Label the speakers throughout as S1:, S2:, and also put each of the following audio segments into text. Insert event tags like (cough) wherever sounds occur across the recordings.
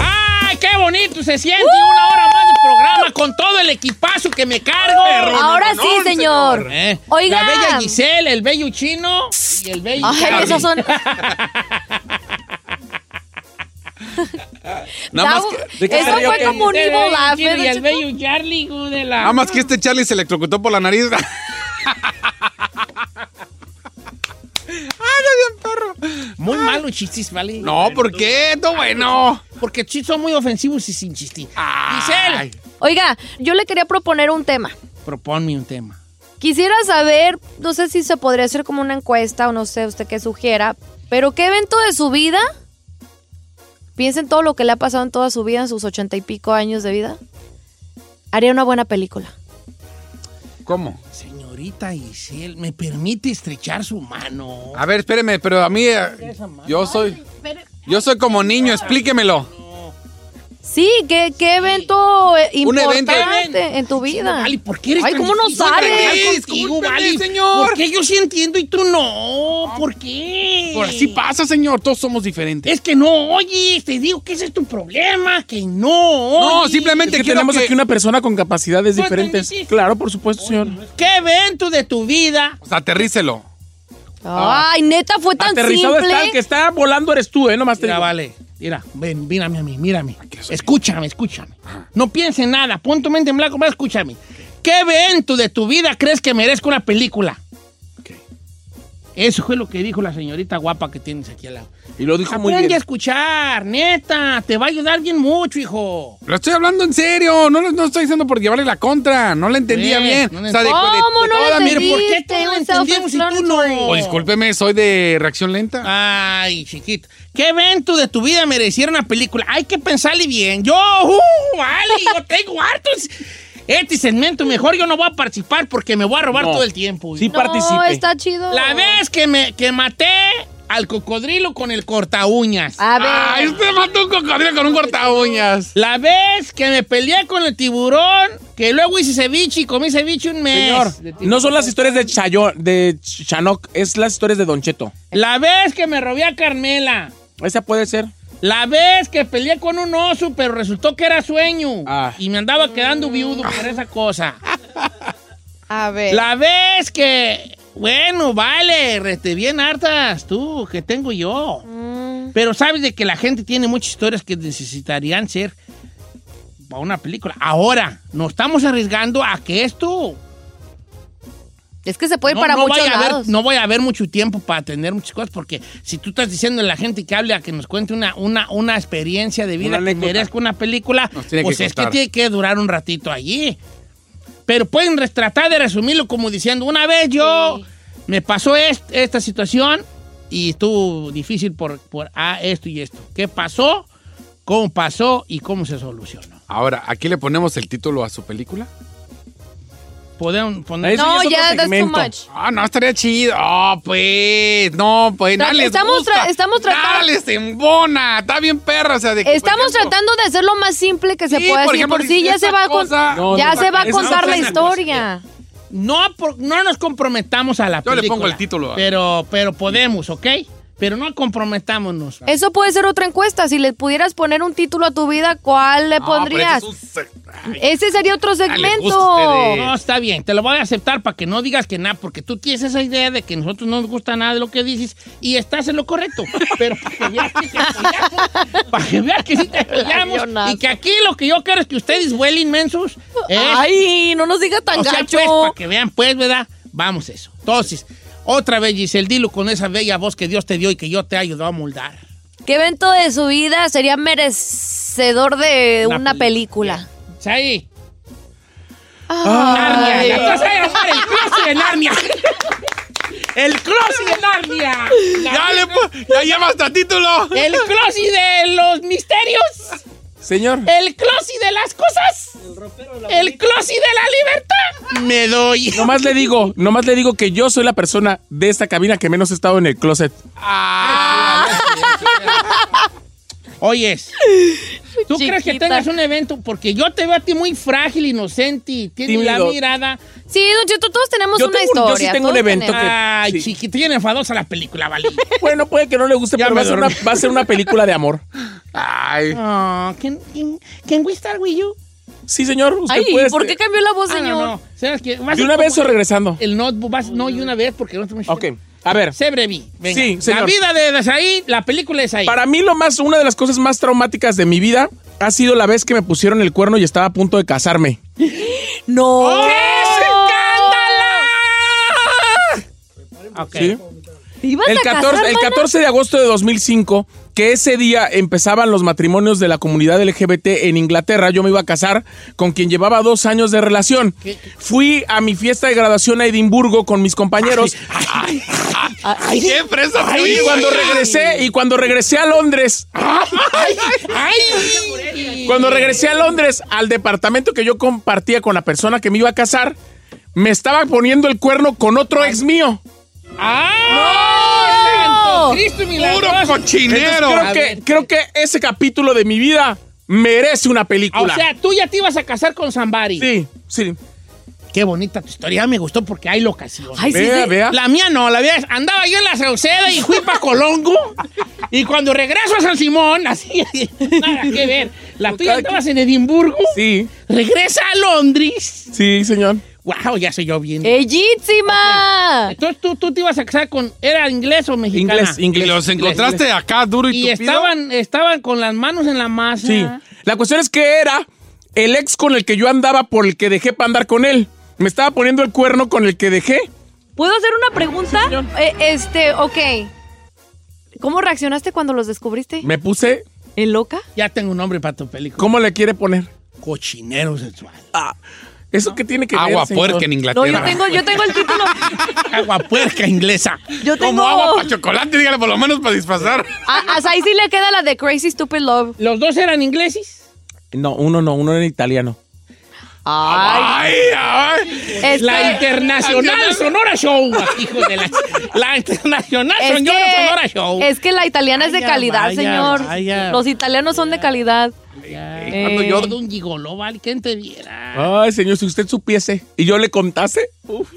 S1: ¡Ay, qué bonito se siente! Una hora más de programa con todo el equipazo que me cargo.
S2: Ahora sí, señor.
S1: Eh,
S2: Oiga.
S1: La bella Giselle, el bello chino y el bello.
S2: Ay,
S1: Charlie.
S2: esos son.
S3: Nada más
S2: Está-
S3: que, de que
S2: eso
S3: se rió
S2: fue
S3: que-
S2: como un
S1: El
S2: evil
S1: bello
S2: laugh,
S1: chino
S2: ¿eh,
S1: Y el
S2: Don Cheto?
S1: bello Charlie, hijo de la.
S3: Nada más que este Charlie se le electrocutó por la nariz. (laughs) ¡Ay, no, bien perro!
S1: Muy malos chistes, ¿vale?
S3: No, ¿por qué? No, bueno.
S1: Porque chistes son muy ofensivos y sin chiste.
S3: Ay.
S1: Giselle,
S2: Oiga, yo le quería proponer un tema.
S1: proponme un tema.
S2: Quisiera saber, no sé si se podría hacer como una encuesta o no sé usted qué sugiera, pero ¿qué evento de su vida? Piensa en todo lo que le ha pasado en toda su vida, en sus ochenta y pico años de vida. Haría una buena película.
S3: ¿Cómo?
S1: Señorita Giselle, ¿me permite estrechar su mano?
S3: A ver, espéreme, pero a mí. eh, Yo soy. Yo soy como niño, explíquemelo.
S2: Sí, ¿qué, qué evento eh,
S3: Un evento.
S2: importante en tu vida?
S1: Vale, ¿por qué eres
S2: Ay,
S1: tan
S2: ¿cómo no
S1: difícil de
S2: sabes?
S1: bregar
S3: Luis,
S1: contigo,
S3: discúlpeme,
S1: Vale?
S3: señor.
S1: ¿Por qué yo sí entiendo y tú no? ¿Por qué?
S3: Por así pasa, señor. Todos somos diferentes.
S1: Es que no oyes, te digo que ese es tu problema, que no
S3: No,
S1: oyes.
S3: simplemente
S4: Es que
S3: quiero
S4: tenemos
S3: que-
S4: aquí una persona con capacidades
S1: No
S4: diferentes.
S1: entendiste.
S4: Claro, por supuesto, señor.
S1: ¿Qué evento de tu vida?
S3: O sea, pues, aterrícelo.
S2: Ay, neta, fue tan
S4: Aterrizado
S2: simple.
S4: está, el que está volando eres tú, ¿eh? Nomás te
S1: Mira,
S4: digo.
S1: vale, mira, ven, mírame a mí, mírame. Escúchame, escúchame. No piense en nada, pon tu mente en blanco, pero escúchame. ¿Qué evento de tu vida crees que merezca una película? Eso fue lo que dijo la señorita guapa que tienes aquí al lado.
S4: Y lo dijo muy
S1: Aprende a
S4: bien.
S1: escuchar, neta, te va a ayudar bien mucho, hijo.
S3: Lo estoy hablando en serio. No, lo- no estoy diciendo por llevarle la contra. No la entendía
S1: Eh,
S3: bien.
S1: no la
S3: o sea, de, de-
S2: ¿Cómo
S3: de
S2: no la
S3: toda mi-
S1: Mira, ¿por qué tú
S2: Viste,
S1: no
S2: un
S1: entendimos y tú
S2: self-explanatory.
S1: no?
S3: Oh, discúlpeme, soy de reacción
S1: Ah,
S3: lenta.
S1: Ay, chiquito. ¿Qué evento de tu vida mereciera una película? Hay que pensarle bien. Yo, uh, vale,
S4: (laughs)
S1: yo tengo hartos. Este segmento mejor yo no voy a participar porque me voy a robar
S4: No.
S1: todo el tiempo.
S4: Sí,
S2: No,
S4: participe.
S2: está chido.
S1: La vez que me que maté al cocodrilo con el corta uñas.
S2: A ver.
S3: ¡Ay, este mató un cocodrilo con un corta uñas!
S1: La vez que me peleé con el tiburón, que luego hice ceviche y comí ceviche un mes.
S4: Señor, no son las historias de Chayo, de Ch- Chanoc, es las historias de Don Cheto.
S1: La vez que me robé a Carmela.
S4: Esa puede ser.
S1: La vez que peleé con un oso, pero resultó que era sueño.
S4: Ah.
S1: Y me andaba quedando viudo por esa cosa.
S2: A ver.
S1: La vez que. Bueno, vale, rete bien hartas tú que tengo yo. Pero sabes de que la gente tiene muchas historias que necesitarían ser para una película. Ahora, nos estamos arriesgando a que esto.
S2: Es que se puede ir
S1: No,
S2: para
S1: no
S2: muchos
S1: vaya a haber-
S2: lados.
S1: no voy a haber mucho tiempo para atender muchas cosas, porque si tú estás diciendo a la gente que hable a que nos cuente una, una, una experiencia de vida
S4: Una
S1: que
S4: anécdota.
S1: merezca una película,
S3: Nos
S1: pues
S3: tiene que
S1: es que
S3: contar.
S1: tiene que durar un ratito allí. Pero pueden res- tratar de resumirlo como diciendo, una vez yo me pasó est- esta situación y estuvo difícil por, por ah, esto y esto. ¿Qué pasó? ¿Cómo pasó? ¿Y cómo se solucionó?
S3: Ahora, ¿aquí le ponemos el título a su película?
S1: Podemos poner...
S4: Eso
S2: No,
S4: ya es
S2: ya,
S4: otro
S2: that's too
S4: segmento.
S2: much.
S3: Ah, no, estaría chido. Oh, pues, no, pues, nada
S2: Tra-
S3: les
S2: estamos
S3: gusta.
S2: tra- estamos
S3: Nada
S2: tratando-
S3: les embona. Está bien perro, o sea, de que, por
S2: Estamos
S3: ejemplo-
S2: tratando de hacer lo más simple que se
S3: Sí,
S2: pueda
S3: por
S2: decir.
S3: ejemplo,
S2: Por sí, ya
S3: esta
S2: se va a con-
S3: cosa-
S4: No,
S2: ya
S4: no,
S2: se va a
S4: esa no
S2: contar
S4: es
S2: la
S4: una
S2: historia.
S1: No, por- no nos comprometamos a la
S3: Yo le
S1: película.
S3: pongo el título.
S1: Pero, pero podemos, ¿ok? Pero no comprometámonos.
S2: Eso puede ser otra encuesta. Si le pudieras poner un título a tu vida, ¿cuál
S3: Ah, pues,
S2: le pondrías? Ese sería otro segmento.
S1: No, está bien, te lo voy a aceptar para que no digas que nada, porque tú tienes esa idea de que a nosotros no nos gusta nada de lo que dices y estás en lo correcto. Pero para que veas que te apoyamos, para que veas que sí te apoyamos
S2: Avionazo.
S1: y que aquí lo que yo quiero es que ustedes vuelen mensos. es-
S2: Ay, no nos diga tan
S1: eh. o sea,
S2: gacho.
S1: pues, para que vean, pues, ¿verdad? Vamos eso. Entonces, otra vez, Giselle, dilo con esa bella voz que Dios te dio y que yo te he ayudado a moldar.
S2: ¿Qué evento de su vida sería merecedor de
S1: Una
S2: una,
S1: película.
S2: película?
S1: ¡Sai! ¡Narnia! ¡Ya estás ahí, hombre, ¡El closet de Narnia! (laughs) ¡El closet de Narnia!
S3: ¡Ya, le pu- ya lleva hasta título!
S1: ¡El closet de los misterios!
S4: Señor.
S1: ¡El closet de las cosas! ¡El closet de la libertad! ¡Me doy! (laughs)
S4: Nomás le digo, nomás le digo que yo soy la persona de esta cabina que menos he estado en el closet.
S1: Oyes, ¿tú crees que
S2: Chiquita.
S1: tengas un evento? Porque yo te veo a ti muy frágil, inocente y tienes la
S4: Tímido.
S1: mirada.
S2: Sí, Don Cheto, todos tenemos
S4: Yo
S2: una
S4: tengo un-
S2: historia.
S4: yo sí tengo un
S2: todos
S4: evento
S2: tenemos.
S4: que-
S1: Ay,
S4: sí.
S1: chiquita, bien enfadosa la película, Vali.
S4: Bueno, puede que no le guste,
S1: Ya
S4: pero
S1: me
S4: va a, ser una,
S1: dormí.
S4: va a ser una película de amor.
S3: Ay.
S1: Oh, can, can, can we start with you?
S4: Sí, señor, usted
S2: Ay,
S4: puede.
S2: ¿por qué cambió la voz,
S1: Ah,
S2: señor?
S1: no, no. ¿Sabes qué? Va a
S4: ¿De
S1: ser
S4: una vez
S1: como
S4: o regresando?
S1: El notebook, vas- no, y una vez, porque no tengo
S4: Ok, a ver.
S1: Sé brevi. Venga.
S4: Sí,
S1: la
S4: señor.
S1: vida de Dazaí, la película es ahí.
S4: Para mí lo más, una de las cosas más traumáticas de mi vida ha sido la vez que me pusieron el cuerno y estaba a punto de casarme.
S2: No.
S1: Ok.
S4: ¿Sí?
S2: ¿Te ibas
S4: El
S2: a
S4: 14,
S2: casar,
S4: el
S2: mana?
S4: 14 de agosto de 2005, que ese día empezaban los matrimonios de la comunidad LGBT en Inglaterra, yo me iba a casar con quien llevaba dos años de relación. Fui a mi fiesta de graduación a Edimburgo con mis compañeros.
S3: Ay, siempre eso
S4: y cuando regresé, y cuando regresé a Londres,
S1: ¡Ay!
S4: cuando regresé a Londres al departamento que yo compartía con la persona que me iba a casar, me estaba poniendo el cuerno con otro ex mío.
S1: ¡Ah! ¡No! ¡Cristo
S3: ¡Puro
S1: milagroso!
S3: cochinero!
S4: Creo que, creo que ese capítulo de mi vida merece una película.
S1: O sea, tú ya te ibas a casar con Zambari.
S4: sí, sí.
S1: Qué bonita tu historia. Me gustó porque hay locación.
S2: Ay, sí,
S4: Vea,
S2: sí.
S4: vea.
S1: La mía no, la mía es- andaba yo en la Sauceda y fui para Colongo. Y cuando regreso a San Simón, así, nada que ver. La tuya
S4: cada
S1: andabas en Edimburgo.
S4: Sí,
S1: Regresa a Londres.
S4: sí, señor.
S1: Wow, ya soy yo
S2: Eh.
S1: bien.
S2: ¡Ellísima!
S1: Entonces ¿tú, tú te ibas a casar con. ¿Era inglés o mexicana?
S4: Inglés,
S3: Y
S4: inglés.
S3: los
S4: inglés,
S3: encontraste
S4: inglés.
S3: acá duro y,
S1: Y
S3: tupido.
S1: estaban, estaban con las manos en la masa.
S4: Sí. La cuestión es que era el ex con el que yo andaba por el que dejé para andar con él. Me estaba poniendo el cuerno con el que dejé.
S2: ¿Puedo hacer una pregunta? Eh, este, ok. ¿Cómo reaccionaste cuando los descubriste?
S4: Me puse.
S2: ¿En loca?
S1: Ya tengo un nombre para tu película.
S4: ¿Cómo le quiere poner?
S1: Cochinero sexual.
S4: (laughs) ¿Eso qué tiene que ver?
S3: Agua
S4: señor?
S3: puerca en
S2: No,
S3: Inglaterra.
S2: yo tengo, yo tengo el
S1: (laughs)
S2: título.
S1: Agua puerca inglesa.
S2: Yo tengo.
S3: Como agua para chocolate, dígale por lo menos para disfrazar.
S2: A, a Sai sí le queda la de Crazy Stupid Love.
S1: ¿Los dos eran ingleses?
S4: No, uno no, uno era italiano.
S2: Ay.
S3: Ay, ay.
S2: Este,
S1: La Internacional Sonora
S2: (laughs)
S1: Show. Hijo de la... La Internacional
S2: es
S1: Sonora,
S2: que-
S1: Sonora Show.
S2: es que la italiana es de
S1: Vaya,
S2: calidad,
S1: vaya,
S2: señor.
S1: vaya.
S2: Los italianos son de calidad.
S3: Cuando
S2: Eh.
S3: yo
S1: Todo un gigoló, vale, ¿quién te viera?
S4: Ay, señor, si usted supiese y yo le contase, uf,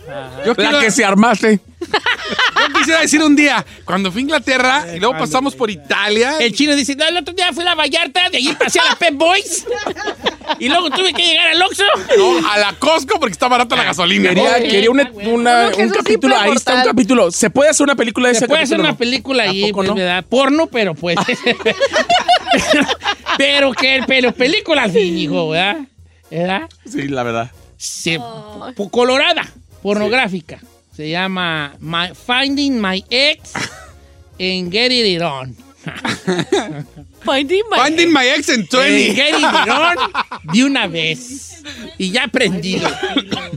S3: Yo
S4: la
S3: quiero-
S4: que se armaste.
S3: Yo quisiera decir un día, cuando fui a Inglaterra y luego pasamos por Italia.
S1: El chino dice, no, el otro día fui a la Vallarta, de allí pasé a la Pep
S2: (laughs)
S1: Boys. y luego tuve que llegar al Oxxo.
S3: No, a la Costco porque está barata la gasolina. ¿no?
S4: Quería, quería una- una-
S2: Uno que
S4: un
S2: es un
S4: capítulo.
S2: simple
S4: Ahí está un
S2: mortal.
S4: capítulo. ¿Se puede hacer una película de
S1: Se
S4: ese
S1: puede hacer
S4: capítulo?
S1: una película
S4: ¿A
S1: ahí,
S4: poco
S1: pues,
S4: no?
S1: ¿verdad? Porno, pero
S4: (laughs)
S1: pues... (laughs) pero que pero película al fin, hijo, ¿verdad? ¿Verdad?
S4: Sí, la verdad.
S1: Se- po- colorada, pornográfica. Se llama My- Finding My Ex and Get It On.
S2: Finding my-
S3: Finding my ex en 20.
S1: En Get It On de una vez. Y ya aprendido.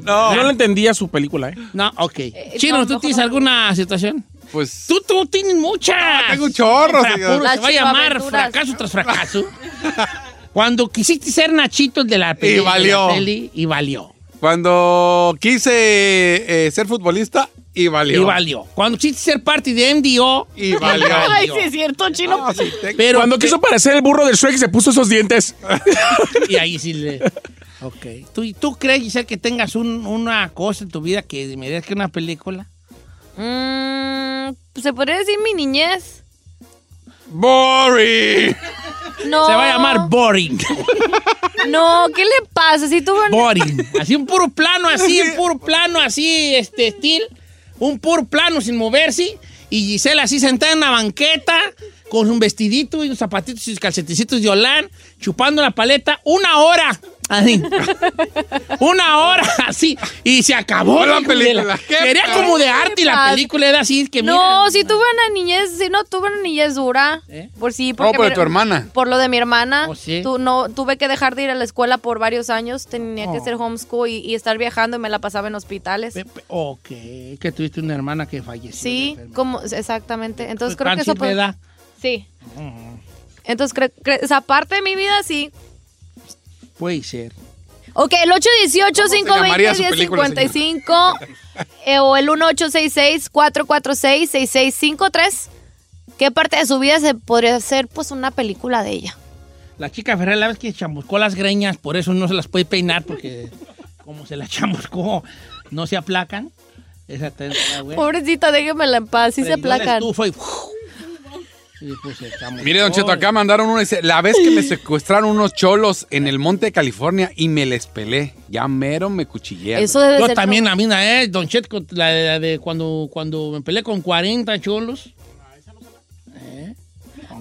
S4: Yo no le entendía su película, ¿eh?
S1: No, ok. Chino,
S2: no,
S1: ¿tú
S2: no,
S1: tienes
S2: no.
S1: alguna situación?
S3: Pues
S1: Tú, tú tienes muchas.
S3: Ah, tengo un chorro,
S1: Fra- puro,
S3: señor.
S1: Se
S2: Las
S1: va a llamar
S2: chivaventuras.
S1: fracaso tras fracaso. Cuando quisiste ser Nachito el de la peli, de la
S3: valió.
S1: peli, y valió.
S3: cuando quise eh, ser futbolista y
S1: Y
S3: valió.
S1: valió. Cuando quisiste ser parte de MDO.
S3: Y valió.
S2: Ay, sí es cierto, chino.
S3: Ah, sí, te-
S1: Pero
S4: Cuando quiso parecer el burro del Shrek, se puso esos dientes.
S1: Y ahí sí le. Ok. ¿Tú, tú crees, Giselle, que tengas un- una cosa en tu vida que merezca una película?
S2: Mm, se podría decir mi niñez.
S4: ¡Boring!
S2: No.
S1: Se va a
S3: Oh.
S1: llamar
S3: (laughs)
S1: Boring.
S2: No, ¿qué le pasa? Si tuvo una-
S1: Boring. Así un puro plano, así, un puro plano, así, este estilo. Un puro plano sin moverse. Y Gisela así sentada en la banqueta, con un vestidito y unos zapatitos y sus calceticitos de Olan, chupando la paleta, una hora. Así. (laughs) una hora, así. Y se acabó
S3: La
S1: hijo de
S3: película. ¿Qué
S1: Sería
S3: pasa?
S1: como de arte y la
S2: pasa?
S1: película era así, que
S2: No,
S1: mira.
S2: si tuve una niñez, si no tuve una niñez dura.
S1: ¿Eh?
S2: Por sí, porque
S3: por
S2: mi-
S3: tu hermana.
S2: Por lo de mi hermana.
S1: Oh, sí.
S2: Tu- no, tuve que dejar de ir a la escuela por varios años. Tenía
S1: Oh.
S2: que hacer homeschool y, y estar viajando y me la pasaba en hospitales.
S1: Pe- pe- Ok, que tuviste una hermana que falleció. Pues
S2: Sí, como exactamente. Entonces
S1: Entonces
S2: creo que eso fue-
S1: ¿verdad?
S2: Sí.
S1: Mm.
S2: Entonces, cre- cre- esa parte de mi vida sí.
S1: Puede ser.
S2: Ok, el 818
S3: se llamaría su
S2: 520
S3: película,
S2: 1055 eh, o el 1866 446 6653 ¿Qué parte de su vida se podría hacer pues una película de ella?
S1: La chica Ferrer, la vez que chamuscó las greñas, por eso no se las puede peinar,
S2: (laughs)
S1: porque como se las chamuscó, no se aplacan. Esa tensa, güey.
S2: Pobrecita, déjenmela en paz, sí se
S1: Prendió la
S2: aplacan.
S1: estufa Y, y, pues, se chamuscó.
S3: Mire, Don Cheto, acá mandaron una. dice, La vez que me secuestraron unos cholos en el monte de California y me les pelé. Ya mero me cuchillearon.
S2: Eso debe
S1: Yo
S2: ser
S1: también, la mina, ¿eh? Don Chet, con la, la de cuando, cuando me peleé con 40 cholos.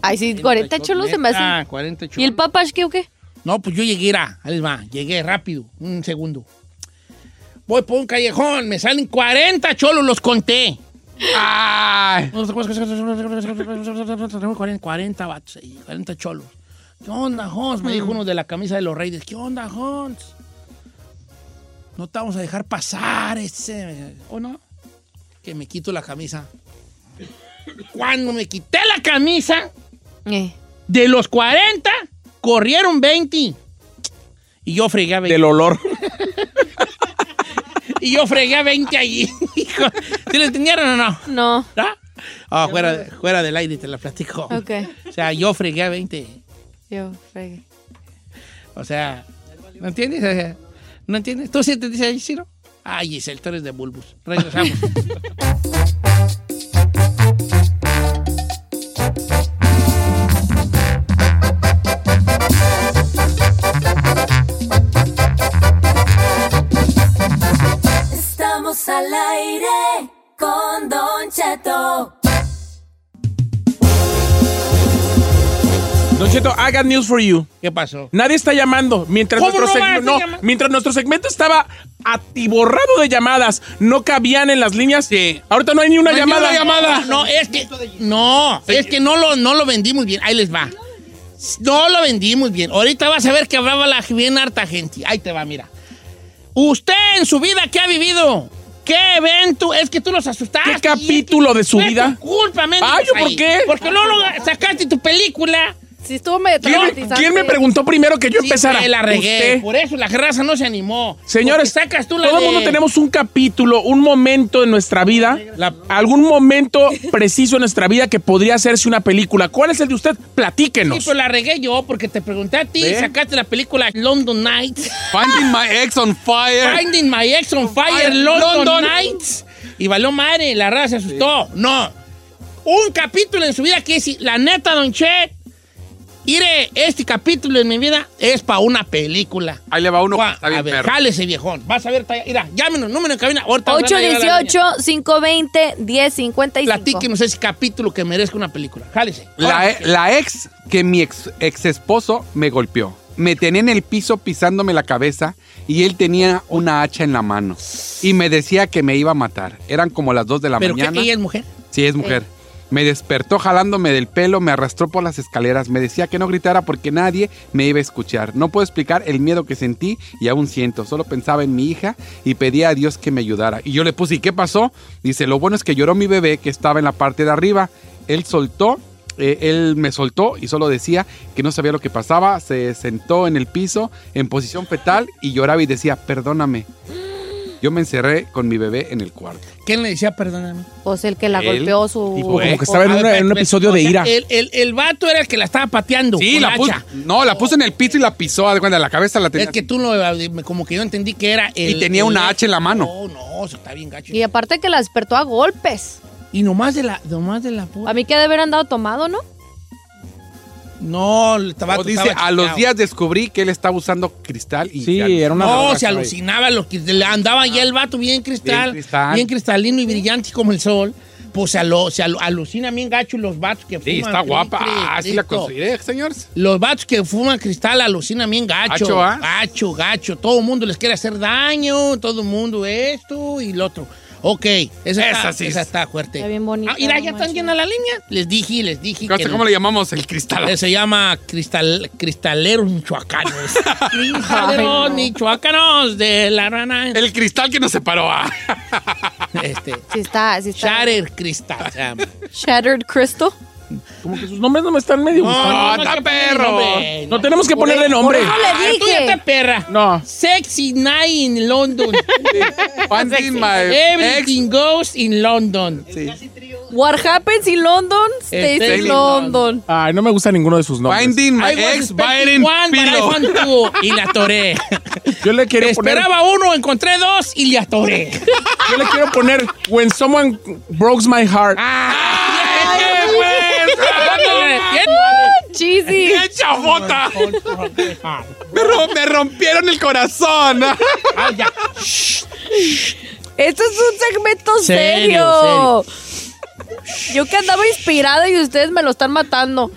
S2: Ay, sí, 40 cholos se me hacen.
S1: Ah, 40 cholos.
S2: ¿Y el papá qué o qué?
S1: No, pues yo llegué, era, ahí les va, llegué rápido, un segundo. Voy por un callejón, me salen 40 cholos, los conté.
S3: Ay,
S1: 40, 40 vatos ahí, 40 cholos. ¿Qué onda, Jones? Me dijo uno de la camisa de los reyes. ¿Qué onda, Jones? No te vamos a dejar pasar ese. ¿O no? Que me quito la camisa. Cuando me quité la camisa,
S2: Eh.
S1: de los 40, corrieron 20. Y yo fregué a 20.
S4: Del olor.
S1: Y yo fregué a 20 allí. (laughs) Hijo, ¿Sí lo entendieron o no?
S2: No,
S1: ¿Ah? Ah, fuera, fuera del aire te la platico.
S2: ok.
S1: O sea, yo fregué a 20.
S2: Yo fregué.
S1: O sea, ¿no entiendes? O sea, ¿No entiendes? ¿Tú sí te dices, Ciro? Ay, Giselle, tú eres de Bulbus. Regresamos.
S5: Estamos al aire con Don Cheto.
S4: (laughs) Don Cheto, I got news for you.
S1: ¿Qué pasó?
S4: Nadie está llamando. Mientras
S1: ¿Cómo
S4: nuestro,
S1: no van a
S4: segmento,
S1: estar
S4: no,
S1: llamando?
S4: mientras nuestro segmento estaba atiborrado de llamadas, no cabían en las líneas. Ahorita no hay ni una
S3: No hay ni
S4: llamada.
S3: una llamada.
S1: No, es que. No, es que no lo, no lo vendimos bien. Ahí les va. No lo vendimos bien. Ahorita vas a ver que hablaba la bien harta gente. Ahí te va, mira. Usted en su vida, ¿qué ha vivido? ¿Qué evento? Es que tú los asustaste.
S4: ¿Qué capítulo de su
S1: Fue
S4: vida?
S1: tu Culpa, mendigos,
S4: Ay, ¿yo por
S1: ahí.
S4: qué?
S1: Porque no lo sacaste tu película.
S2: Si estuvo medio
S4: ¿Quién, me-
S2: traumatizante.
S4: quién me preguntó primero que yo
S1: Sí,
S4: empezara?
S1: te la regué.
S4: Usted.
S1: Por eso la raza no se animó.
S4: Señores,
S1: Porque sacas tú la
S4: todo
S1: de-
S4: el mundo tenemos un capítulo, un momento en nuestra vida, la- algún momento preciso en nuestra vida que podría hacerse una película. ¿Cuál es el de usted?
S1: Sí,
S4: Platíquenos.
S1: pero la regué yo porque te pregunté a ti y sacaste la película London Nights.
S3: Finding my ex on fire.
S1: Finding My Ex on Fire,
S3: Fire,
S1: London,
S3: London.
S1: Nights. Y valió madre, la raza se asustó. No. Un capítulo en su vida que si la neta, Don Che, iré, este capítulo en mi vida es para una película.
S3: Ahí le va uno.
S1: Juan,
S3: Está bien,
S1: a ver,
S3: perro.
S1: jálese, viejón. Vas a ver, talla- mira, llámenos, número en cabina. ahorita van a llegar a la doña.
S2: 818-520-1055.
S1: Platíquenos ese capítulo que merezca una película. Jálese.
S3: La, e- la ex que mi ex, ex esposo me golpeó. Me tenía en el piso pisándome la cabeza y él tenía una hacha en la mano. Y me decía que me iba a matar. Eran como las 2 de la
S1: Pero que
S3: mañana.
S1: ella es mujer.
S3: Sí, es mujer. Me despertó jalándome del pelo, me arrastró por las escaleras, me decía que no gritara porque nadie me iba a escuchar. No puedo explicar el miedo que sentí y aún siento. Solo pensaba en mi hija y pedía a Dios que me ayudara. Y yo le puse, ¿y qué pasó? Dice, lo bueno es que lloró mi bebé que estaba en la parte de arriba. Él soltó, eh, él me soltó y solo decía que no sabía lo que pasaba. Se sentó en el piso en posición fetal y lloraba y decía, perdóname. Yo me encerré con mi bebé en el cuarto.
S1: ¿Quién le decía perdóname?
S2: Pues el que la
S3: Él
S2: golpeó su...
S4: Dijo, como que estaba en,
S1: A ver,
S4: una- en un
S1: espérate,
S4: episodio
S1: espérate.
S4: de
S1: O sea,
S4: ira.
S1: El, el, el vato era el que la estaba pateando.
S3: Sí,
S1: con
S3: la puso.
S1: hacha.
S3: No, la puso en el piso y la pisó. haz de cuenta, la cabeza la tenía.
S1: Es que tú lo, eh, como que yo entendí que era el-
S3: Y tenía
S1: el-
S3: una hacha en la mano.
S1: No, no, eso está bien gacho.
S2: Y aparte que la despertó a golpes.
S1: Y nomás de la, nomás de la pura-
S2: A mí que ha de haber andado tomado, ¿no?
S1: No, estaba,
S3: O dice, a los días descubrí que él estaba usando cristal y
S4: Sí,
S3: ya-
S4: era una
S1: No,
S4: droga,
S1: se
S4: caray.
S1: alucinaba, lo que le andaba ya el vato bien cristal, bien,
S3: Ah, Bien cristal.
S1: cristalino y brillante como el sol. Pues se, alo- se alo- alucina bien gacho los vatos que
S3: Sí,
S1: fuman.
S3: está
S1: cri-
S3: guapa.
S1: cri-
S3: Así la
S1: cristo.
S3: conseguiré, señores.
S1: Los vatos que fuman cristal alucinan bien gacho.
S3: Gacho, ¿ah?
S1: Gacho, gacho. Todo el mundo les quiere hacer daño, todo el mundo esto y lo otro. Ok, esa,
S3: Esa
S1: está,
S3: sí
S1: esa
S3: es.
S1: está fuerte.
S2: Está bien bonita,
S1: Ah, mira,
S2: no
S1: ya están
S2: manches.
S1: llenas la línea. Les dije, les dije. que
S3: ¿Cómo
S1: no.
S3: le llamamos el cristal?
S1: Eh, Se llama cristal, Cristaleros
S3: (laughs)
S1: Michoacanos. cristaleros
S2: Ay, no.
S1: Michoacanos de la rana.
S3: El cristal que nos separó.
S1: (laughs)
S3: ah.
S1: Este,
S2: Sí está, sí está.
S1: Shatter Cristal. se llama.
S2: Shattered Crystal.
S4: Como que sus nombres no me están medio
S3: (laughs)
S4: gustando.
S3: no,
S1: hay
S3: está
S1: que ponerle
S3: perro.
S1: nombre,
S4: No tenemos que ponerle nombre.
S2: por eso- le
S1: Ah, tú ya
S2: dije.
S1: estás perra.
S4: No.
S1: Sexy Night in London.
S3: Finding my Eh, ex.
S1: Everything goes in London.
S2: What happens in London stays
S1: Stays
S3: in
S2: in London.
S4: Ay, no me gusta ninguno de sus nombres.
S3: Finding my
S1: I was
S3: ex.
S1: expecting
S3: Biden
S1: one, but I
S3: Pillow.
S1: found two. Y la
S3: (laughs)
S1: atoré.
S4: Yo le quiero poner.
S1: Esperaba uno, encontré dos y le
S3: (laughs)
S1: atoré.
S4: Yo le quiero poner When Someone Broke My Heart.
S1: ¡Ah!
S3: ¡Qué vergüenza!
S1: Bien,
S2: Cheesy.
S3: ¡Qué chafota!
S1: bien.
S3: Me, rom- me rompieron el corazón.
S1: (laughs) Ah, ya.
S2: Este es un segmento
S1: Serio,
S2: serio. Yo que andaba inspirada y ustedes me lo están matando.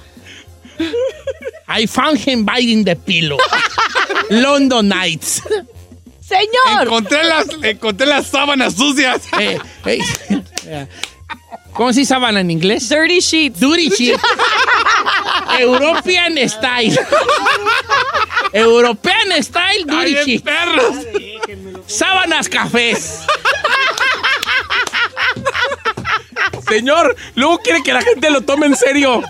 S1: I found him biting the
S3: (laughs)
S1: pillow. London Nights.
S2: Señor.
S3: Encontré las, encontré las sábanas sucias.
S1: Eh, eh. ¿Cómo se dice sábana en inglés?
S2: Dirty Sheets.
S1: Duty sheet. European style. European style
S3: Ay,
S1: duty
S3: (laughs) bien
S1: sheet.
S3: perros.
S1: Sábanas cafés.
S4: Señor, luego quiere que la gente lo tome en serio.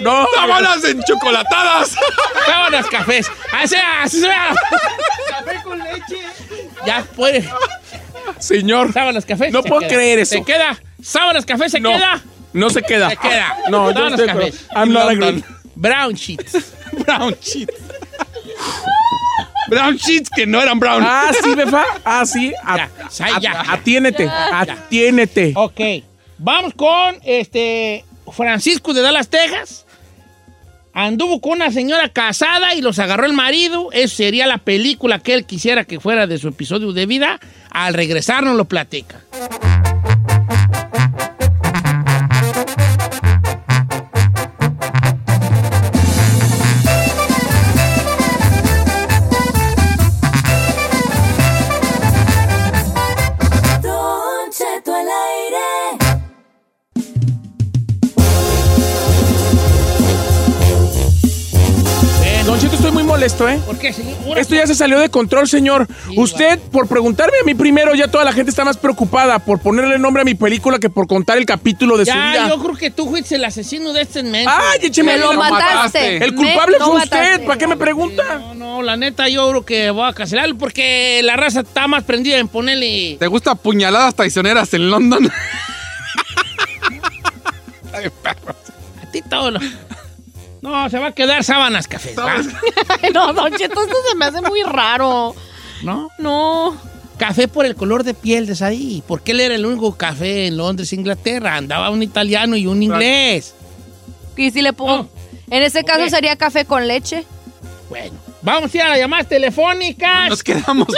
S4: No.
S3: ¡Sábanas enchocolatadas!
S1: Sábanas cafés. Así, así sea. Ya puede.
S4: Señor.
S1: Sábanas cafés.
S4: No
S1: se
S4: puedo
S1: queda.
S4: creer eso.
S1: Se queda. Sábanas cafés se
S4: No.
S1: queda.
S4: No se queda.
S1: Se queda.
S4: No, yo
S1: Sábanas
S4: estoy-
S1: cafés.
S4: I'm not
S3: London.
S4: agreeing.
S1: Brown sheets.
S3: (laughs) Brown sheets. Brown sheets que no eran brown.
S4: Ah, sí, Befa. Ah, sí. A-
S1: Ya, ya,
S4: a-
S1: ya.
S4: Atiénete. Atiénete.
S1: Ok. Vamos con este Francisco de Dallas, Texas. Anduvo con una señora casada y los agarró el marido. Eso sería la película que él quisiera que fuera de su episodio de vida. Al regresar nos lo platica.
S5: Don Cheto al aire.
S4: Don Cheto, estoy muy molesto, ¿eh?
S1: ¿Por qué, señor? Una-
S4: Esto ya se salió de control, señor. Usted, por preguntarme a mí primero, ya toda la gente está más preocupada por ponerle nombre a mi película que por contar el capítulo de su
S1: Ya,
S4: vida.
S1: yo creo que tú fuiste el asesino de este men.
S3: Ah,
S4: ¡Ay, écheme
S2: Me
S4: a mí
S2: lo
S4: la-
S2: mataste.
S4: El culpable
S2: Me lo
S4: fue
S2: mataste.
S4: usted. ¿Para qué me pregunta?
S1: No, no, la neta yo creo que voy a cancelarlo porque la raza está más prendida en ponerle...
S3: ¿Te gustan puñaladas traicioneras en London? (laughs) Ay, perro.
S1: A ti todo lo- No, se va a quedar sábanas cafés, ¿va?
S2: Ay, (laughs) no, Don Cheto, esto se me hace muy raro.
S1: ¿no?
S2: No.
S1: Café por el color de piel de ahí. Porque él era el único café en Londres, Inglaterra. Andaba un italiano y un inglés.
S2: Y si le pongo.
S1: No.
S2: En ese caso
S1: Ok.
S2: sería café con leche.
S1: Bueno, vamos a ir a las llamadas telefónicas.
S3: Nos quedamos.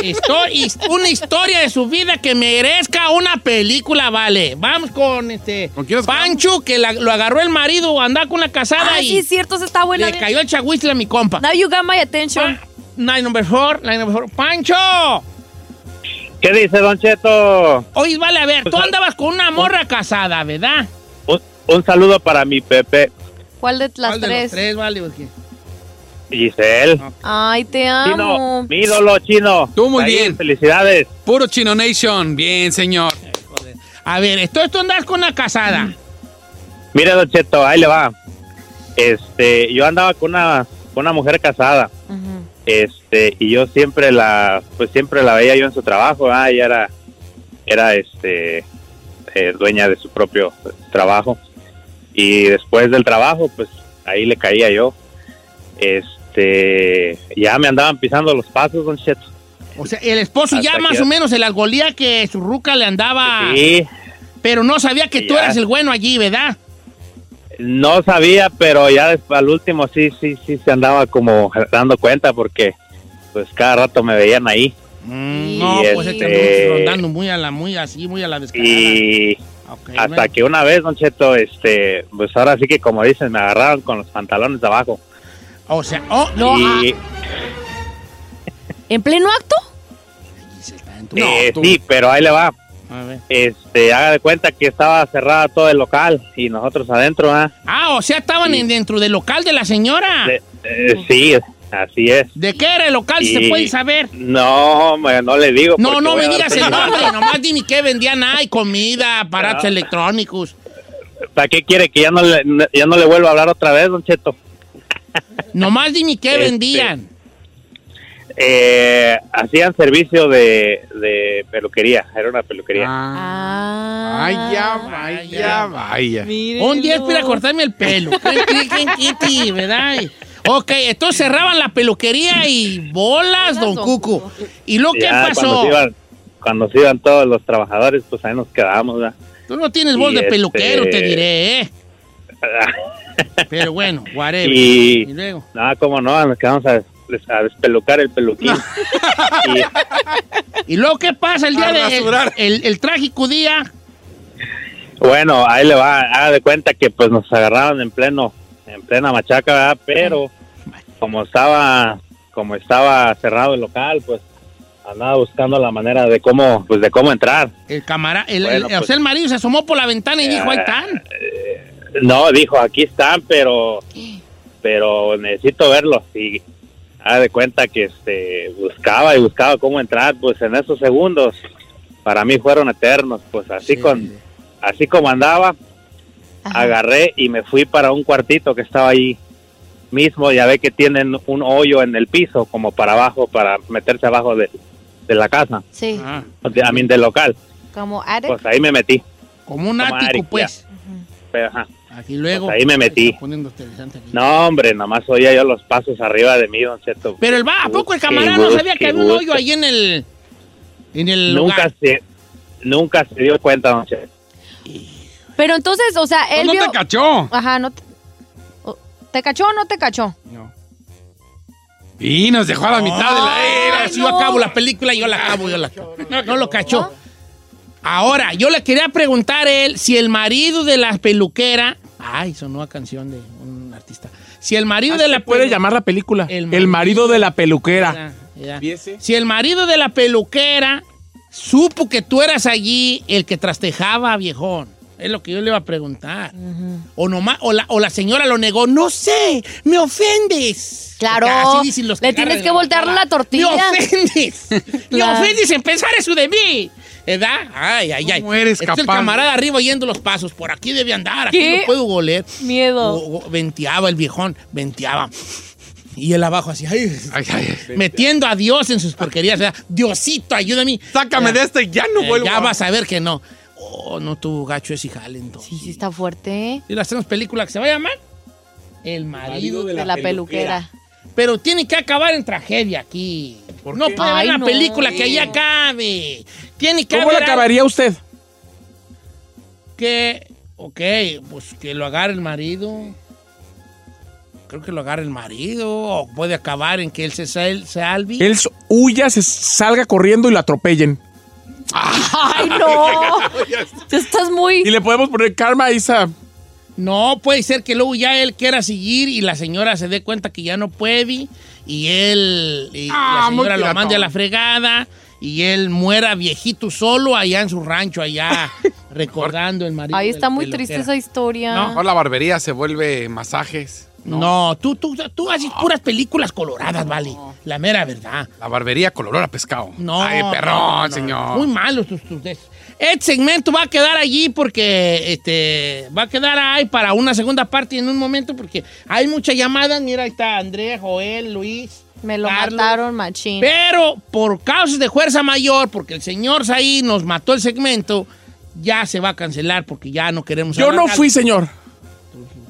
S1: Histo- his- una historia de su vida que merezca una película, vale. Vamos con este
S3: ¿Con quién nos
S1: Pancho, que la- lo agarró el marido, andaba con la casada
S2: Ah, sí,
S1: y
S2: es cierto, esa está buena.
S1: le cayó Ah. el chagüisle a mi compa.
S2: Now you got my attention.
S1: Pa- Nine number four, nine number four. ¡Pancho!
S6: ¿Qué dice Don Cheto?
S1: Oye, vale, Pues a ver, tú andabas con una morra casada, ¿verdad?
S6: Un, un saludo para mi Pepe
S2: ¿Cuál de las
S1: ¿Cuál de los
S2: tres?
S1: tres, vale, pues, porque-
S6: Giselle.
S2: Ay, te amo.
S6: Chino, mi ídolo chino.
S3: Tú muy
S6: Ahí,
S3: bien.
S6: Felicidades.
S3: Puro Chino Nation. Bien, señor.
S1: A ver, esto esto andas con una casada.
S6: Mira, Don Cheto, ahí le va. Este, yo andaba con una, con una mujer casada.
S2: Ujú.
S6: Este, y yo siempre la, pues siempre la veía yo en su trabajo. Ah, ella era, era este, eh, dueña de su propio pues, trabajo. Y después del trabajo, pues ahí le caía yo. Este, ya me andaban pisando los pasos, Don Cheto.
S1: O sea, el esposo
S6: Hasta
S1: ya más
S6: que-
S1: Ah. o menos el algolía que su ruca le andaba
S6: Sí,
S1: Pero no sabía que tú
S6: Ya.
S1: eras el bueno allí, ¿verdad?
S6: No sabía, pero ya des- al último sí, sí, sí se andaba como dando cuenta porque pues cada rato me veían ahí
S1: Mm,
S2: Y
S1: no, pues
S6: este-
S1: este andamos rondando muy a la, muy así, muy a la descarada.
S6: y
S1: Ok,
S6: hasta
S1: Ah, bueno.
S6: que una vez, Don Cheto, este, pues ahora sí que como dicen, me agarraron con los pantalones de abajo
S1: O sea, oh,
S2: No,
S6: y
S2: ¿En pleno acto?
S1: se está en tu-
S6: eh,
S4: tú-
S6: sí, pero ahí le va.
S1: Ah, A ver.
S6: Este, haga de cuenta que estaba cerrada todo el local y nosotros adentro, ¿ah?
S1: Ah, o sea, estaban en- dentro del local de la señora.
S6: De- eh, sí, así es.
S1: ¿De qué era el local? Si se
S6: Y-
S1: puede saber.
S6: No, me- no le digo.
S1: No,
S6: porque
S1: no
S6: voy
S1: me
S6: a dar
S1: digas el
S6: señal.
S1: nombre, nomás dime qué vendían ahí, comida, aparatos
S6: Ah.
S1: electrónicos.
S6: ¿Para qué quiere que ya no le, ya no le vuelva a hablar otra vez, Don Cheto?
S1: Nomás dime qué
S6: Este.
S1: vendían.
S6: Eh, hacían servicio de, de peluquería, era una peluquería.
S3: Ah.
S2: Ah.
S3: Vaya, vaya, vaya.
S1: Un día es para cortarme el (laughs) pelo. Crin, crin, crin, crin, crin, ¿verdad? Y- Ok, entonces cerraban la peluquería y bolas, don Cuco. ¿Y lo que
S6: Ya Cuando
S1: pasó?
S6: se, iban, cuando se iban todos los trabajadores, pues ahí nos quedábamos. ¿verdad?
S1: Tú no tienes voz
S6: Y
S1: de peluquero,
S6: este-
S1: te diré,
S6: (laughs)
S1: ¿eh? Pero bueno, whatever.
S6: Y-
S1: y luego.
S6: No, Ah, cómo no, nos quedamos a, a despelucar el peluquín. Y-
S1: ¿Y luego qué pasa el día
S3: A
S1: de
S3: rasurar.
S1: el, el trágico día?
S6: Bueno, ahí le va, haga de cuenta que pues nos agarraron en pleno, en plena machaca, ¿verdad? pero como estaba, como estaba cerrado el local, pues andaba buscando la manera de cómo, pues de cómo entrar.
S1: El camarada, el,
S6: Bueno,
S1: el- o sea,
S6: pues. eh,
S1: el marido se asomó por la ventana y dijo, ahí están.
S6: No, dijo, aquí están, pero, pero necesito verlos y haga de cuenta que este buscaba y buscaba cómo entrar, pues en esos segundos para mí fueron eternos, pues así con, así como andaba,
S2: Ajá.
S6: agarré y me fui para un cuartito que estaba ahí mismo. Ya ve que tienen un hoyo en el piso, como para abajo, para meterse abajo de, de la casa,
S2: Sí,
S1: Ah,
S6: de, a mí del local.
S2: como Arek.
S6: Pues ahí me metí.
S1: como un
S6: Como
S1: ático,
S6: Ari,
S1: pues.
S6: Pero, ajá.
S1: Aquí luego.
S6: Pues ahí me metí.
S1: Está poniendo interesante aquí.
S6: No, hombre, nomás oía yo los pasos arriba de mí, don Cheto.
S1: Pero el va, ¿a poco el
S6: Busque,
S1: camarada no sabía que
S6: busque,
S1: había un hoyo
S6: busque.
S1: ahí en el. En el.
S6: Nunca
S1: hogar?
S6: se, nunca se dio cuenta, don Cheto.
S2: Pero entonces, o sea, él
S3: no
S2: vio...
S3: te cachó.
S2: Ajá, no te... o- ¿Te cachó o no te cachó?
S3: Y nos dejó a la mitad de la
S1: Eh,
S3: era.
S1: si yo acabo la película, yo la acabo, yo la acabo. No lo cachó. Ahora, yo le quería preguntar a él si el marido de la peluquera. Ay, sonó a canción de un artista. Si el marido de
S4: Se
S1: la
S4: Ah, puede
S2: pues,
S1: pelu-
S4: llamar la película. El
S1: El
S4: marido, de la peluquera.
S1: Ya, ya.
S4: ¿Viese?
S1: Si el marido de la peluquera supo que tú eras allí el que trastejaba, viejón. Es lo que yo le iba a preguntar. O nomás, o la, o la señora lo negó. No sé, me ofendes.
S2: Claro,
S1: Porque así dicen los
S2: le
S1: agarran
S2: tienes que
S1: la
S2: voltear
S1: patada.
S2: la tortilla.
S1: Me
S2: (laughs)
S1: ofendes. me
S2: Claro.
S1: ofendes empezar eso de mí. ¿Verdad? Ay, ay, ay.
S3: ¿Cómo eres
S1: Está el
S3: capaz?
S1: camarada arriba oyendo los pasos. Por aquí debe andar, aquí
S2: ¿Qué?
S1: no puedo goler.
S2: Miedo.
S1: O- o- venteaba el viejón, venteaba. Y él abajo así, ay,
S3: Ay, ay, ay.
S1: metiendo a Dios en sus porquerías. ¿verdad? Diosito, ayúdame.
S3: Sácame de este y ya no
S1: Eh,
S3: vuelvo.
S1: Ya vas a ver que no. Oh, no tuvo gacho ese jale entonces.
S2: Sí, sí está fuerte. ¿eh?
S1: Y las tenemos película que se va a llamar El marido de
S2: De
S1: la...
S2: la, peluquera.
S1: Pero tiene que acabar en tragedia aquí. No
S4: qué?
S1: puede haber
S2: Ay,
S1: una
S2: no.
S1: película que ahí acabe. Tiene que
S4: ¿Cómo la
S1: haber algo
S4: acabaría usted?
S1: que... Ok, pues que lo agarre el marido. Creo que lo agarre el marido. O puede acabar en que él se, sal- se albi.
S4: Él s- huya, se salga corriendo y lo atropellen.
S2: ¡Ay, no! Tú estás muy...
S4: Y le podemos poner karma Isa.
S1: No, puede ser que luego ya él quiera seguir y la señora se dé cuenta que ya no puede y él y
S3: Ah,
S1: la señora
S3: muy
S1: lo
S3: piratón.
S1: mande a la fregada y él muera viejito solo allá en su rancho
S2: (laughs)
S1: allá recordando el marido.
S2: Ahí
S1: del
S2: está muy
S1: peluquero.
S2: triste esa historia.
S3: Mejor la barbería se vuelve masajes.
S1: No, tú tú tú haces puras películas coloradas, vale. La mera verdad.
S3: La barbería color a pescado.
S1: No.
S3: Ay,
S1: no,
S3: perrón,
S1: no,
S3: señor.
S1: Muy malos tus, tus de- Este segmento va a quedar allí porque este va a quedar ahí para una segunda parte en un momento porque hay muchas llamadas. Mira, ahí está Andrés, Joel, Luis.
S2: Me lo
S1: Carlos.
S2: mataron, machín.
S1: Pero por causas de fuerza mayor, porque el señor Saí nos mató el segmento, ya se va a cancelar porque ya no queremos
S4: Yo
S1: hablar
S4: no
S1: de
S4: fui, señor.
S1: algo.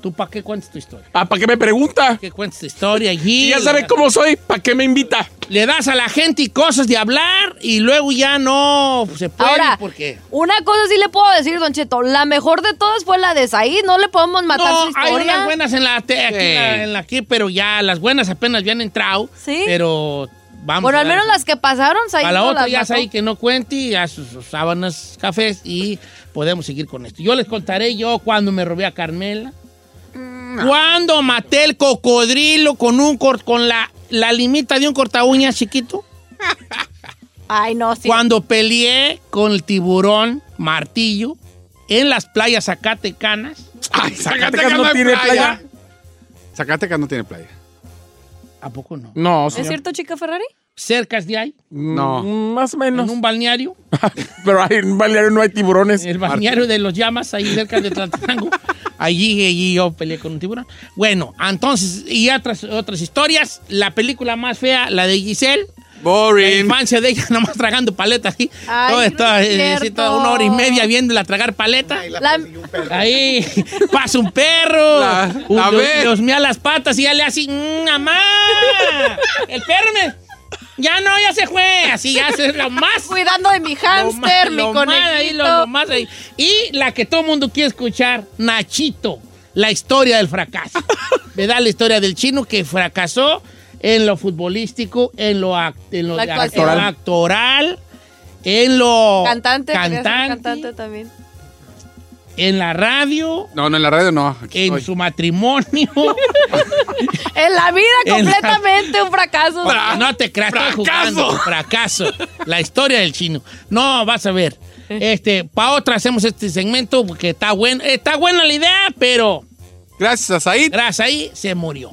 S1: ¿Tú para qué cuentas tu historia?
S4: Ah, ¿para qué me pregunta?
S1: ¿Qué cuentas tu historia allí?
S4: Y ya sabe cómo soy, ¿para qué me invita?
S1: Le das a la gente y cosas de hablar y luego ya no se puede
S2: Ahora,
S1: porque...
S2: una cosa sí le puedo decir, Don Cheto. La mejor de todas fue la de Said. No le podemos matar su
S1: No, hay
S2: historia.
S1: unas buenas en la, te- aquí,
S3: Sí.
S1: en la- en la aquí, pero ya las buenas apenas habían entrado.
S2: Sí.
S1: Pero vamos.
S2: Bueno,
S1: a
S2: al
S1: dar-
S2: menos las que pasaron, Said.
S1: A la
S2: no
S1: otra
S2: las
S1: ya
S2: mató.
S1: es ahí que no cuente, y a sus, sus sábanas, cafés y podemos seguir con esto. Yo les contaré yo cuando me robé a Carmela.
S2: Mm,
S1: Cuando maté el cocodrilo con un cor- con la, la limita de un corta uñas chiquito.
S2: Ay, no, sí.
S1: Cuando peleé con el tiburón martillo en las playas Zacatecanas.
S3: Ay,
S4: Zacatecas no tiene playa.
S3: Zacatecas no tiene playa.
S1: ¿A poco no?
S4: No,
S2: ¿Es
S4: señor.
S2: cierto, chica Ferrari?
S1: Cercas de ahí,
S3: No.
S4: Mm, Más o menos.
S1: en un balneario.
S4: (laughs) Pero ahí en Baleario no hay tiburones. (laughs)
S1: El balneario de los llamas, ahí cerca de Tlatenango. allí, allí yo peleé con un tiburón. Bueno, entonces, y otras, otras historias. La película más fea, la de Giselle. La
S3: Boring.
S1: infancia de ella (laughs) nomás tragando paletas. así.
S2: Ay,
S1: Todo
S2: no
S1: esto,
S2: es
S1: eh,
S2: cierto.
S1: sí, toda una hora y media viéndola tragar paleta.
S2: La-
S1: Ahí (laughs) pasa un perro.
S3: La-
S1: un-
S3: la
S1: Dios,
S3: ve.
S1: Dios mía, las patas y ya le hace, "Mm, ¡Mamá! El perro me... Ya no, ya se fue. Así ya se lo más
S2: Cuidando de mi
S1: lo más-
S2: hámster, mi
S1: lo más ahí, lo-
S2: conejito.
S1: lo más ahí. Y la que todo el mundo quiere escuchar, Nachito, la historia del fracaso.
S2: (laughs)
S1: da La historia del chino que fracasó en lo futbolístico, en lo, ac- en lo
S2: La
S1: de-
S2: actuación.
S1: en lo actoral, en lo
S2: Cantante, quería ser
S1: cantante,
S2: cantante también.
S1: en la radio,
S3: No, no, en la radio no. Aquí
S1: en
S3: estoy.
S1: su matrimonio.
S2: (laughs) En la vida
S1: En la-
S2: completamente un fracaso.
S1: no te creas, estoy jugando. Fracaso. La historia del chino. No, vas a ver. Este, para otra hacemos este segmento porque está bueno. Está buena la idea, pero
S3: Gracias a Said.
S1: Gracias, ahí se murió.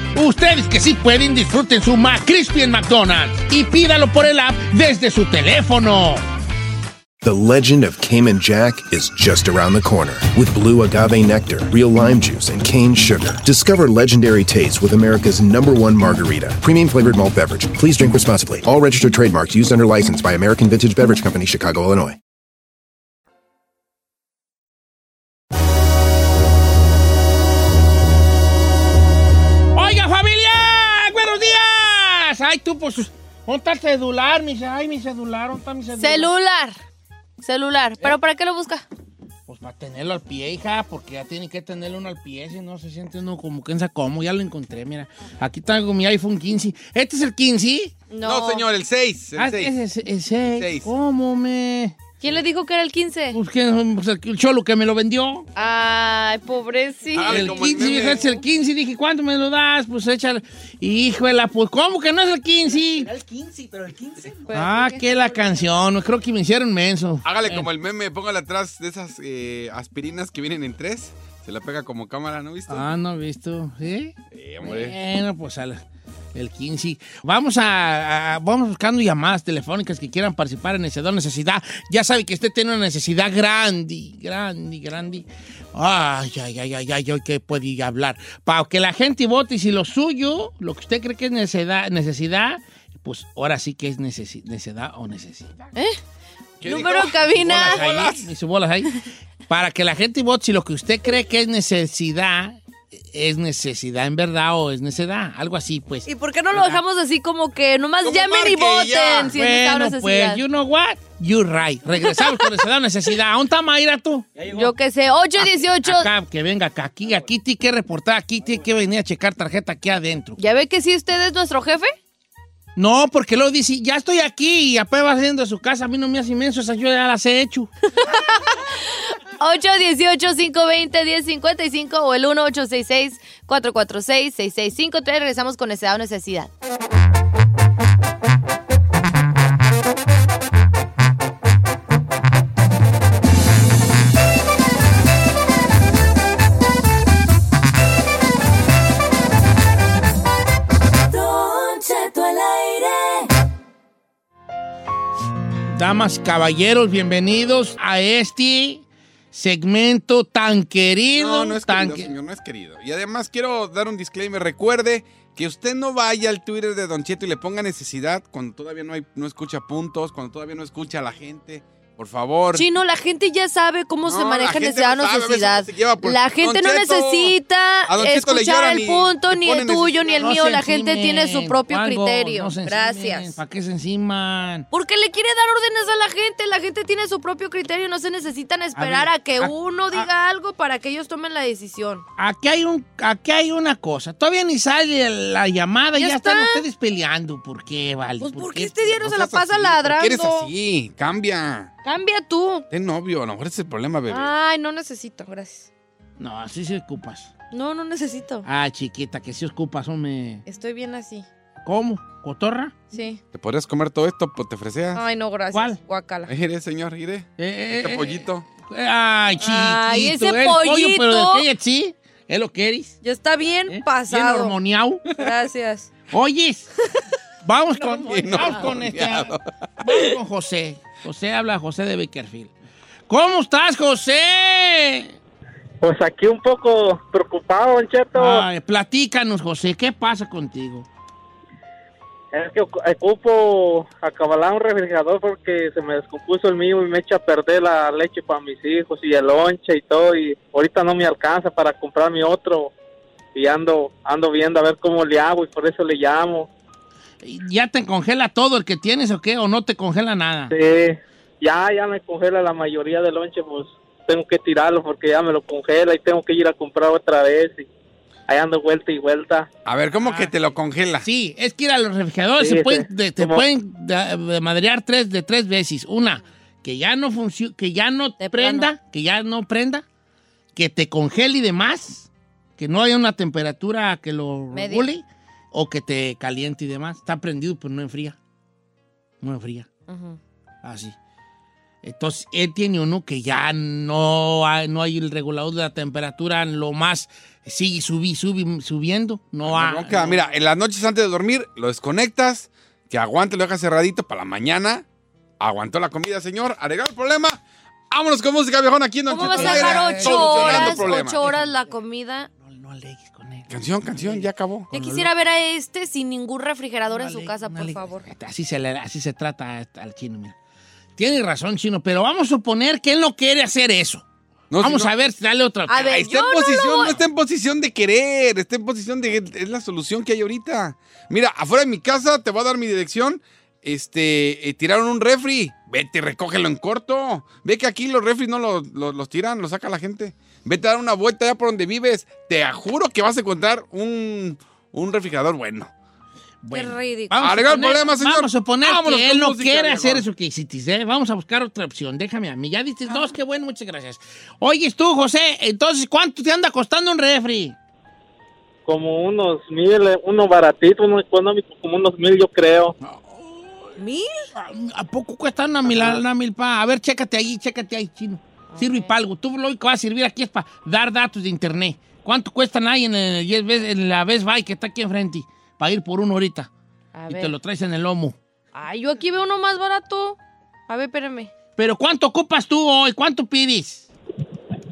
S1: Ustedes que sí pueden, disfruten su McCrispy en McDonald's y pídalo por el app desde su teléfono.
S7: The legend of Cayman Jack is just around the corner. With blue agave nectar, real lime juice, and cane sugar. Discover legendary taste with America's number one margarita. Premium flavored malt beverage. Please drink responsibly. All registered trademarks used under license by American Vintage Beverage Company, Chicago, Illinois.
S1: ¡Oiga, familia! ¡Buenos días! Ay, tú, pues, sus- ¿dónde está el celular? Mi, ce- ay, mi celular, ¿dónde está mi celular?
S2: Celular.
S1: Eh.
S2: Celular. ¿Pero para qué lo busca?
S1: Pues para tenerlo al pie, hija, porque ya tiene que tenerlo uno al pie, si no se siente uno como que en como. Ya lo encontré, mira. Aquí tengo mi iPhone 15. ¿Este es el 15?
S3: No, señor, el 6.
S1: Ah,
S3: El 6.
S1: ese es el 6.
S3: Seis.
S1: ¿Cómo me...?
S2: ¿Quién le dijo que era el 15?
S1: Pues, ¿quién? Pues, el cholo que me lo vendió.
S2: Ay, pobrecito.
S3: Ah, Dale,
S1: el
S3: como el
S1: 15,
S3: meme.
S1: dije, es el 15. Dije, ¿cuánto me lo das? Pues échale. Híjole, pues, ¿cómo que no es el 15?
S8: el 15, pero el 15.
S2: Pues,
S1: Ah, que la canción. Creo que me hicieron menso.
S3: Hágale como el meme, póngale atrás de esas eh, aspirinas que vienen en tres. Se la pega como cámara, ¿no viste?
S1: Ah, no he visto. ¿Sí?
S3: Sí, hombre.
S1: Bueno, pues al, el 15. Vamos a, a- vamos buscando llamadas telefónicas que quieran participar en ese don necesidad. Ya sabe que usted tiene una necesidad grande, grande, grande. Ay, ay, ay, ay, ay, ay, que puede hablar. Para que la gente vote y si lo suyo, lo que usted cree que es necesidad, necesidad pues ahora sí que es necesi- necesidad o necesidad.
S2: ¿Eh? Número en cabina.
S1: Bolas ahí, ni sus bolas ahí. Para que la gente vote si lo que usted cree que es necesidad es necesidad en verdad o es necedad. Algo así, pues.
S2: ¿Y por qué no lo dejamos así como que nomás
S3: Como
S2: llamen y
S3: marque
S2: voten?
S3: y ya.
S2: Si es esa
S1: Ah, bueno,
S2: necesidad?
S1: pues, you know what? You're right. Regresamos con necesidad o necesidad. ¿Dónde está Mayra tú?
S2: Yo qué sé, 818.
S1: Ah, Acá, que venga acá. Aquí, aquí tiene que reportar. Aquí tiene que venir a checar tarjeta aquí adentro.
S2: ¿Ya ve que sí usted es nuestro jefe?
S1: No, porque luego dice, ya estoy aquí y apenas va saliendo de su casa. A mí no me hace inmenso. Esas yo ya las he hecho.
S2: 818-520-1055 o el 1866-446-6653. Regresamos con necesidad o necesidad.
S5: Don Cheto al aire.
S1: Damas, caballeros, bienvenidos a este segmento tan querido.
S3: No, no es
S1: tan
S3: querido,
S1: que-
S3: señor, no es querido. Y además quiero dar un disclaimer. Recuerde que usted no vaya al Twitter de Don Cheto y le ponga necesidad cuando todavía no, hay, no escucha puntos, cuando todavía no escucha a la gente. Por favor.
S2: Chino, la gente ya sabe cómo
S3: No,
S2: se
S3: la
S2: maneja
S3: gente
S2: necesidad
S3: no
S2: o
S3: sabe, a veces
S2: necesidad.
S3: se lleva por-
S2: La gente
S3: Don
S2: no
S3: Cheto.
S2: necesita
S3: A Don Cheto le
S2: escuchar
S3: lloran
S2: el
S3: y
S2: punto,
S3: le
S2: ni el
S3: ponen
S2: tuyo, ni el
S1: No
S2: mío.
S1: se
S2: La gente
S1: encimen,
S2: tiene su propio
S1: Juanjo,
S2: criterio.
S1: no se encimen.
S2: Gracias.
S1: ¿Para qué se enciman?
S2: Porque le quiere dar órdenes a la gente. La gente tiene su propio criterio. No se necesitan esperar a,
S1: ver,
S2: que
S1: a-
S2: uno
S1: a-
S2: diga algo para que ellos tomen la decisión.
S1: Aquí hay, un, aquí hay una cosa. Todavía ni sale la llamada y
S2: Ya
S1: ya están
S2: está.
S1: ustedes peleando. ¿Por qué, vale?
S2: Pues porque
S1: qué?
S2: este día no, se la
S3: seas
S2: pasa
S3: así,
S2: ladrando.
S3: ¿por qué eres así? Cambia.
S2: Cambia tú.
S3: Ten novio. A lo mejor ese es el problema, bebé.
S2: Ay, no necesito, gracias.
S1: No, así se ocupas.
S2: No, no necesito.
S1: Ah, chiquita, que sí ocupas, hombre.
S2: Estoy bien así.
S1: ¿Cómo? ¿Cotorra?
S2: Sí.
S3: ¿Te podrías comer todo esto? Pues te freseas.
S2: Ay, no, gracias.
S1: ¿Cuál?
S2: Guacala.
S3: Iré, señor, iré.
S1: Eh, eh,
S3: Este
S1: eh,
S3: pollito.
S1: eh, Ay, chiquito.
S2: Ay, ese
S1: el pollo, pero de
S2: pollito.
S1: aquella sí. Es lo que eres.
S2: Ya está bien
S1: ¿eh? Bien
S2: pasado.
S1: hormoneado.
S2: (laughs) Gracias.
S1: Oyes,
S3: (laughs)
S1: vamos con,
S3: Bien
S1: vamos con este-
S3: hormoneado.
S1: vamos con José. José habla José de Bakerfield. ¿Cómo estás, José?
S6: Pues aquí un poco preocupado, Don Cheto.
S1: Ay, platícanos, José, ¿qué pasa contigo?
S6: Es que ocu- ocupo acabalar un refrigerador porque se me descompuso el mío y me echa a perder la leche para mis hijos y el lonche y todo. Y ahorita no me alcanza para comprar mi otro. Y ando, ando viendo a ver cómo le hago y por eso le llamo.
S1: ¿Ya te congela todo el que tienes o qué? ¿O no te congela nada?
S6: Sí, ya, ya me congela la mayoría del lonche, pues tengo que tirarlo porque ya me lo congela y tengo que ir a comprar otra vez. Y ahí ando vuelta y vuelta.
S3: A ver, ¿cómo
S1: Ah.
S3: que te lo congela?
S1: Sí, es que ir a los refrigeradores
S6: Sí,
S1: se pueden,
S6: sí.
S1: de- te
S6: ¿Cómo?
S1: pueden da- de madrear tres, de tres veces. Una, que ya no funcione, que ya no
S2: De
S1: prenda, que ya no prenda, que te congele y demás, que no haya una temperatura que lo
S2: Media.
S1: regule, o que te caliente y demás. Está prendido, pero no enfría. No enfría.
S2: Ujú.
S1: Así. Entonces, él tiene uno que ya no hay, no hay el regulador de la temperatura, lo más sigue subí, subí, subiendo. No
S3: La
S1: ha-
S3: bronca,
S1: no-
S3: Mira, en las noches antes de dormir, lo desconectas, que aguante, lo dejas cerradito para la mañana. Aguantó la comida, señor. Arregló el problema. Vámonos con música, viejón. Aquí en Don
S2: ¿Cómo vas
S3: Cheto
S2: a
S3: al aire,
S2: dejar ocho
S3: solucionando
S2: horas,
S3: problemas.
S2: ocho horas la comida?
S1: No, no alegues con él.
S3: Canción, canción, ya acabó.
S2: Ya quisiera ver a este sin ningún refrigerador en
S1: Una
S2: su
S1: ley-
S2: casa,
S1: una
S2: por
S1: ley-
S2: favor.
S1: Así se, le- así se trata a- al chino, mira. Tiene razón, chino, pero vamos a suponer que él no quiere hacer eso.
S3: No,
S1: vamos
S3: si no-
S1: a ver, dale otra.
S2: A ver,
S3: Ahí está
S2: yo
S3: en
S2: no lo
S3: posición, no,
S2: voy-
S3: está en posición de querer, está en posición de... Es la solución que hay ahorita. Mira, afuera de mi casa te voy a dar mi dirección. este, eh, tiraron un refri. Vete, recógelo en corto. Ve que aquí los refris no los, los- los tiran, los saca la gente. Vete a dar una vuelta allá por donde vives. Te juro que vas a encontrar un, un refrigerador bueno.
S1: Bueno,
S2: ridículo.
S1: vamos a
S3: Arreglar el
S1: suponer-
S3: problema, señor.
S1: Vamos a suponer
S3: Vámonos
S1: que
S3: con
S1: él no
S3: música,
S1: quiere
S3: viejo.
S1: hacer eso que hiciste. ¿eh? Vamos a buscar otra opción. Déjame a mí. Ya diste
S2: Ah.
S1: dos, qué bueno, muchas gracias. Oyes tú, José, entonces, ¿cuánto te anda costando un refri?
S9: Como unos mil, eh, uno baratito, uno económico, como unos mil yo creo.
S1: Ah.
S2: ¿Mil?
S1: ¿A, Ah, a poco cuesta una mil, una milpa? A ver, chécate ahí, chécate ahí, chino. Sirve para algo. Tú lo único que va a servir aquí es para dar datos de internet. ¿Cuánto cuestan ahí en, el Yes Best- en la Best Buy que está aquí enfrente? Para ir por uno ahorita.
S2: A
S1: Y
S2: ver.
S1: te lo traes en el lomo.
S2: Ay, yo aquí veo uno más barato. A ver, espérame.
S1: Pero ¿cuánto ocupas tú hoy? ¿Cuánto pides?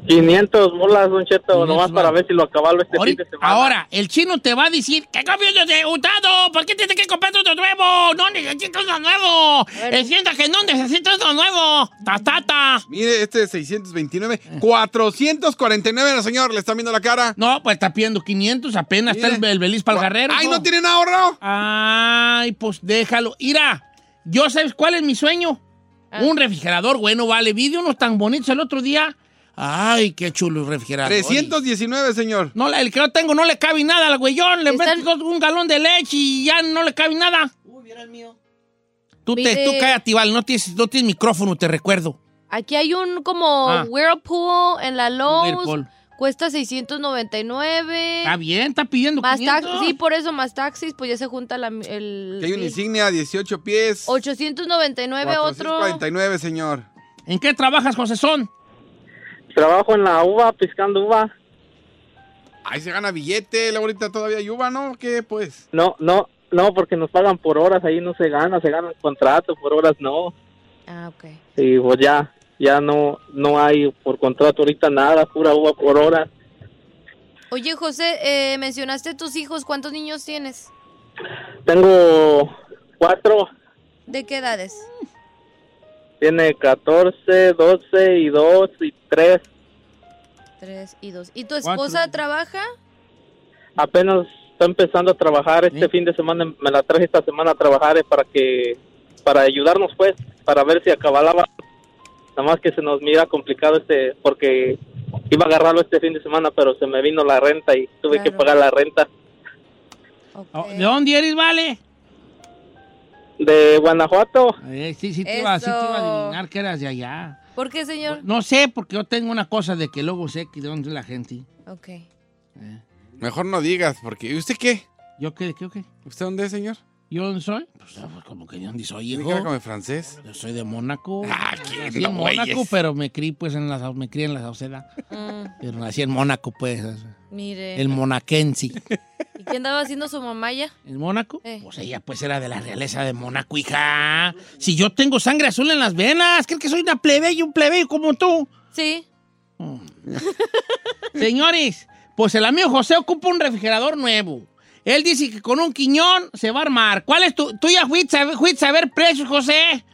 S9: 500 bolas, Don Cheto,
S1: 500
S9: nomás para
S1: bolas.
S9: ver si lo acabalo este
S1: Ahorita-
S9: fin de semana.
S1: ahora, el chino te va a decir que cambios de usado, ¿por qué tienes que comprar otro nuevo? No necesito uno nuevo.
S2: ver.
S1: Encienda que no necesito uno nuevo. Tatata.
S3: Mire, este es 629.
S1: Eh.
S3: 449, no, señor. Le está viendo la cara.
S1: No, pues está pidiendo 500, apenas está el,
S3: Mire.
S1: el Belis para el guerrero.
S3: Ay,
S1: hijo.
S3: no tienen ahorro.
S1: Ay, pues déjalo. Ira, yo sabes cuál es mi sueño. Un refrigerador, bueno, vale. Vi de unos tan bonitos el otro día. Ay, qué chulo el refrigerador.
S3: 319, señor.
S1: No, el que yo tengo no le cabe nada al güeyón. Le
S2: Está-
S1: metes dos- un galón de leche y ya no le cabe nada. Uy, mira el mío. Tú, te,
S2: Mire.
S1: tú cállate, vale. No tienes, no tienes micrófono, te recuerdo.
S2: Aquí hay un como
S1: Ah.
S2: Whirlpool en la Lowe's.
S1: Whirlpool. Ah,
S2: Cuesta 699.
S1: Está bien, está pidiendo
S2: Más tax-
S1: 500.
S2: sí, por eso más taxis, pues ya se junta la, el...
S3: Que hay una
S2: bill.
S3: insignia, 18 pies.
S2: 899 otro.
S3: 449, señor.
S1: ¿En qué trabajas, José Son?
S9: Trabajo en la uva, piscando uva.
S3: Ahí se gana billete, la ahorita todavía hay uva, ¿no? ¿Qué, pues?
S9: No, no, no, porque nos pagan por horas, ahí no se gana, se gana el contrato, por horas no.
S2: Ah, ok.
S9: Y pues ya, ya no, no hay por contrato ahorita nada, pura uva por horas.
S2: Oye, José, eh, mencionaste tus hijos. ¿Cuántos niños tienes?
S9: Tengo cuatro,
S2: ¿De qué edades?
S9: tiene 14, 12 y 2 y 3.
S2: Tres y dos. ¿Y tu
S1: Cuatro.
S2: esposa trabaja?
S9: Apenas está empezando a trabajar este
S1: ¿Sí?
S9: fin de semana, me la traje esta semana a trabajar eh, para que, para ayudarnos pues, para ver si acababa. Nada más que se nos mira complicado este, porque iba a agarrarlo este fin de semana, pero se me vino la renta y tuve que
S2: Claro.
S9: pagar la renta
S2: Ok.
S1: Oh, ¿De dónde eres, vale?
S9: de Guanajuato.
S1: Eh, sí, sí te, iba, sí te iba
S2: Eso.
S1: a adivinar que eras de allá.
S2: ¿Por qué, señor?
S1: Pues, No sé, porque yo tengo una cosa de que luego sé que de dónde es la gente.
S2: Ok.
S3: Mejor no digas, porque ¿y ¿usted qué?
S1: ¿Yo qué, qué, qué?
S3: ¿Usted dónde es, señor?
S1: ¿Yo dónde soy? Pues ah, pues, como que de dónde soy,
S3: ¿Tiene
S1: hijo.
S3: que ver con el francés?
S1: Yo soy de Mónaco.
S3: Ah, qué
S1: Nací en
S3: no, güeyes.
S1: Mónaco, pero me crié pues en la, Sau- me crié en la Sauceda.
S2: Mm,
S1: Pero nací en Mónaco, pues.
S2: mire.
S1: El monaquense.
S2: ¿Y qué andaba haciendo su mamá ya?
S1: ¿En Mónaco?
S2: Eh.
S1: Pues ella pues era de la realeza de Mónaco, hija. Si yo tengo sangre azul en las venas, creo que soy una plebeyo, un plebeyo como tú.
S2: Sí.
S1: Señores, pues el amigo José ocupa un refrigerador nuevo. Él dice que con un quiñón se va a armar. ¿Cuál es tu... Tú ya fuiste a, ver- fuiste a ver precios, José.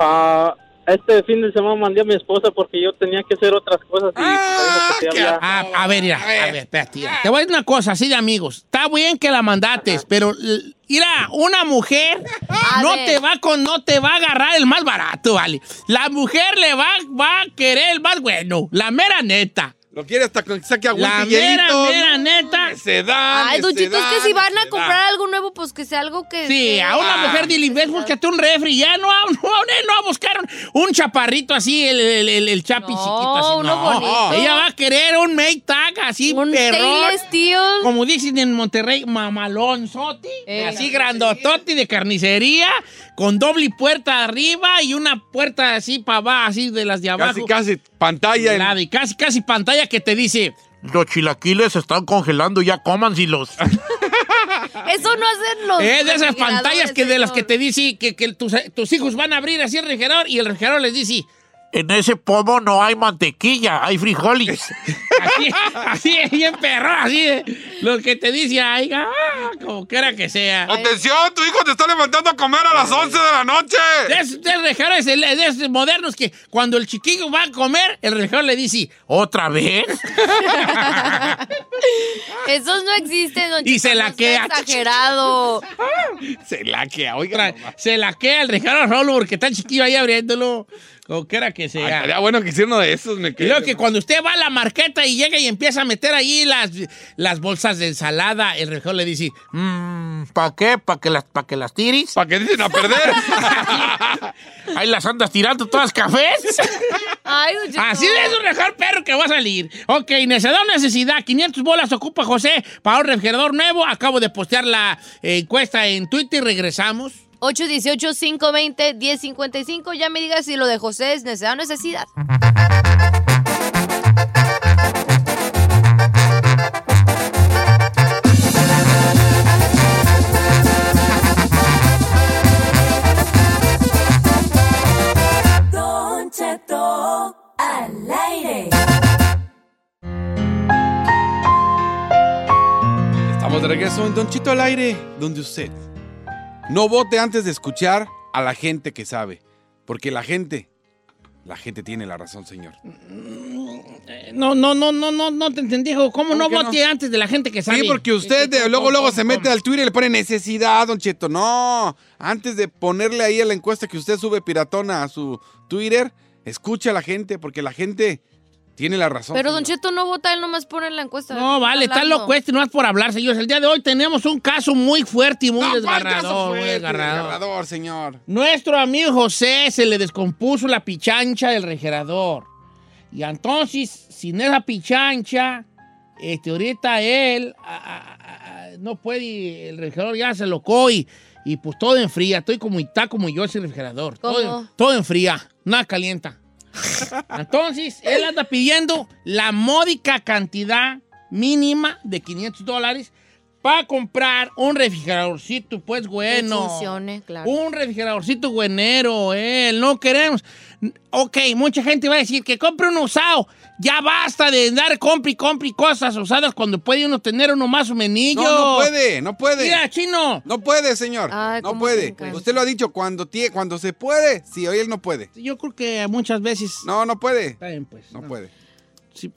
S9: Ah, este fin de semana mandé a mi esposa porque yo tenía que hacer otras cosas y
S3: Ah,
S9: me dijo que sí
S3: qué
S9: había-
S1: A, a ver, mira, a ver, espérate. mira. Te voy a decir una cosa, así de amigos. Está bien que la mandates, pero l- mira, una mujer
S2: A
S1: no
S2: ver.
S1: te va con, no te va a agarrar el más barato, vale. La mujer le va, va a querer el más bueno, la mera neta.
S3: Lo quiere hasta que saque agüita
S1: La
S3: y
S1: mera,
S3: hielito.
S1: mera neta.
S3: Se
S1: Ah,
S3: da.
S2: Ay, Duchito, es que si van a comprar algo nuevo, pues que sea Ah, algo que...
S1: Sí,
S2: que-
S1: a una mujer dile, ves, búscate un refri, ya no, a- no, a- no a buscar un, un chaparrito así, el, el, el- el chapi
S2: No,
S1: chiquito así.
S2: uno bonito.
S1: Ella va a querer un Maytag así,
S2: Un
S1: perrón.
S2: stainless steel.
S1: Como dicen en Monterrey, mamalonzote,
S2: Eh.
S1: así grandotote de carnicería, con doble puerta arriba y una puerta así para abajo, así de las de abajo.
S3: Casi, casi. Pantalla. en-
S1: Lado, y casi, casi pantalla que te dice, los chilaquiles se están congelando, ya cómansilos.
S2: Eso no hacen los.
S1: Es Eh, de esas
S2: refrigeradores,
S1: pantallas que de las que
S2: señor.
S1: te dice que, que tus, tus hijos van a abrir así el refrigerador y el refrigerador les dice,
S8: en ese pomo no hay mantequilla, hay frijoles.
S1: (laughs) Así, así es, bien perro, así es. Lo que te dice, ay, ah, como quiera que sea.
S10: ¡Atención! ¡Tu hijo te está levantando a comer a las 11 de la noche!
S1: De esos, de esos relojeros, de esos modernos que cuando el chiquillo va a comer, el reloj le dice, ¿otra vez? (laughs)
S2: Esos no existen, don
S1: Y
S2: Cheto,
S1: se
S2: no
S1: la
S2: sea
S1: queda.
S2: Exagerado.
S1: Se laquea, oiga. se laquea el Ricardo Rolo porque está el chiquillo ahí abriéndolo. Como quiera que
S10: Ay,
S1: sea.
S10: Estaría bueno que hicieron uno de esos, me
S1: y
S10: quedé.
S1: luego que cuando usted va a la marqueta y llega y empieza a meter ahí las, las bolsas de ensalada, el reloj le dice, "Mm,
S8: ¿Para qué? ¿Para que las, para que las tiris?
S10: ¿Para qué dicen a perder?
S1: (laughs)
S8: Ahí las andas tirando todas cafés.
S2: Ay, don Cheto.
S1: Así es un mejor perro que va a salir. Ok, necesidad necesidad. 500 bolas ocupa José para un refrigerador nuevo. Acabo de postear la eh, encuesta en Twitter y regresamos.
S2: 818-520-1055. Ya me digas si lo de José es necesidad o necesidad.
S5: Don Cheto al aire.
S3: Estamos de regreso en Don Chito al aire, donde usted no vote antes de escuchar a la gente que sabe, porque la gente, la gente tiene la razón, señor.
S1: Eh, No, no, no, no, no, no te entendí. hijo. ¿Cómo, no
S3: que no?
S1: voté antes de la gente que Este, sabe?
S3: Sí, porque usted de- luego luego se mete al Twitter y le pone necesidad, Don Cheto. No, antes de ponerle ahí a la encuesta que usted sube piratona a su Twitter, escucha a la gente, porque la gente tiene la razón.
S2: Pero
S3: señor.
S2: Don Cheto no vota, él nomás pone en la encuesta.
S1: pues No, vale, está
S2: Hablando.
S1: loco este, no es por hablar, señores. El día de hoy tenemos un caso muy fuerte y muy
S3: No, ¿cuál caso
S1: desgarrador.
S3: fue?
S1: muy desgarrador.
S3: Desgarrador, señor.
S1: Nuestro amigo José se le descompuso la pichancha del refrigerador. Y entonces, sin esa pichancha, este, ahorita él a- a- a- a- no puede, el refrigerador ya se locó y, y pues todo enfría. Estoy como está como yo ese refrigerador. Todo,
S2: ¿Cómo?
S1: todo enfría, nada calienta. Entonces, él anda pidiendo la módica cantidad mínima de 500 dólares para comprar un refrigeradorcito, pues
S2: Que
S1: bueno.
S2: funcione, claro.
S1: Un refrigeradorcito güenero, eh, no queremos. Ok, mucha gente va a decir que compre uno usado. Ya basta de andar compre y compre cosas usadas cuando puede uno tener uno más o menillo.
S3: No, no puede, no puede.
S1: Mira, chino.
S3: No puede, señor.
S2: Ay,
S3: no
S2: cómo me
S3: puede.
S2: encanta.
S3: Usted lo ha dicho, cuando, tie- cuando se puede, sí, hoy él no puede.
S1: Yo creo que muchas veces.
S3: No, no puede.
S1: Está bien, pues.
S3: No puede.
S1: Sí.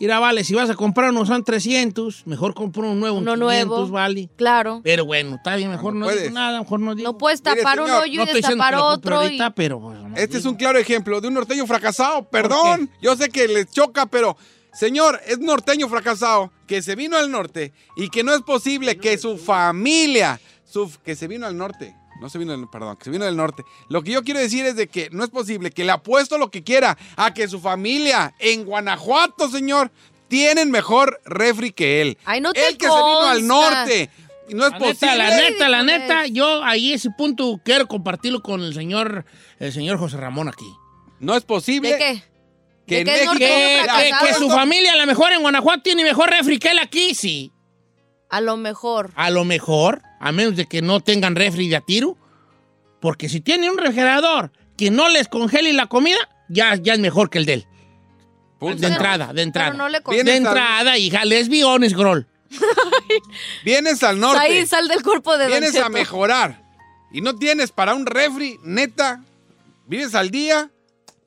S1: Mira, vale, si vas a comprar uno son 300, mejor compra uno nuevo,
S2: Uno
S1: uno 500,
S2: nuevo.
S1: vale.
S2: Claro.
S1: Pero bueno, está bien, mejor
S3: No
S1: no,
S3: puedes.
S1: digo nada, mejor no digo.
S2: No puedes
S3: Mire,
S2: tapar un
S3: señor,
S2: hoyo
S1: no
S2: y
S1: estoy diciendo que
S2: destapar
S1: lo compre
S2: otro. y-
S1: ahorita, pero bueno, no
S3: Este es
S1: digo.
S3: un claro ejemplo de un norteño fracasado. Perdón, yo sé que les choca, pero señor, es norteño fracasado que se vino al norte y que no es posible que su familia, su, que se vino al norte. No se vino del, perdón, que se vino del norte. Lo que yo quiero decir es de que no es posible que le apuesto lo que quiera a que su familia en Guanajuato, señor, tienen mejor refri que él.
S2: Ay, no te
S3: el que se vino al
S2: consta.
S3: norte. Y no es
S1: La neta,
S3: posible.
S1: la neta, la
S2: Sí,
S1: neta,
S2: pues.
S1: yo ahí ese punto quiero compartirlo con el señor, el señor José Ramón aquí.
S3: No es posible
S2: ¿De qué?
S3: que
S2: ¿De
S3: en
S2: qué es
S1: Que,
S3: México
S2: norteño
S1: que-
S2: fracasado?
S1: que su familia a lo mejor en Guanajuato tiene mejor refri que él aquí, sí.
S2: A lo mejor.
S1: A lo mejor, a menos de que no tengan refri de a tiro. Porque si tiene un refrigerador que no les congele la comida, ya, ya es mejor que el de él.
S3: Punto.
S1: De entrada, de entrada.
S2: Pues Pero no le
S3: Viene-
S2: consta.
S1: de entrada, hija, lesbiones, grol.
S3: vienes al norte.
S2: Ahí sal del cuerpo de Don
S3: vienes a
S2: Cheto.
S3: mejorar y no tienes para un refri, neta, vives al día,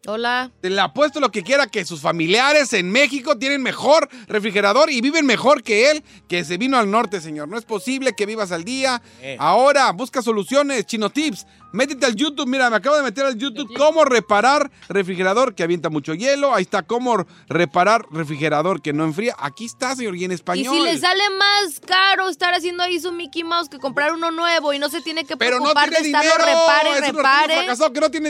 S2: Hola.
S3: te le apuesto lo que quiera que sus familiares en México tienen mejor refrigerador y viven mejor que él que se vino al norte, señor. No es posible que vivas al día.
S1: Eh.
S3: Ahora busca soluciones, Chino Tips. Métete al YouTube, mira, me acabo de meter al YouTube cómo reparar refrigerador que avienta mucho hielo. Ahí está cómo reparar refrigerador que no enfría. Aquí está, señor, y en
S2: Y
S3: español.
S2: si le sale más caro estar haciendo ahí su Mickey Mouse que comprar uno nuevo y no se tiene que
S3: Pero no
S2: preocupar
S3: tiene
S2: de estarlo
S3: dinero.
S2: repare,
S3: es un norteño
S2: repare.
S3: fracasado que no tiene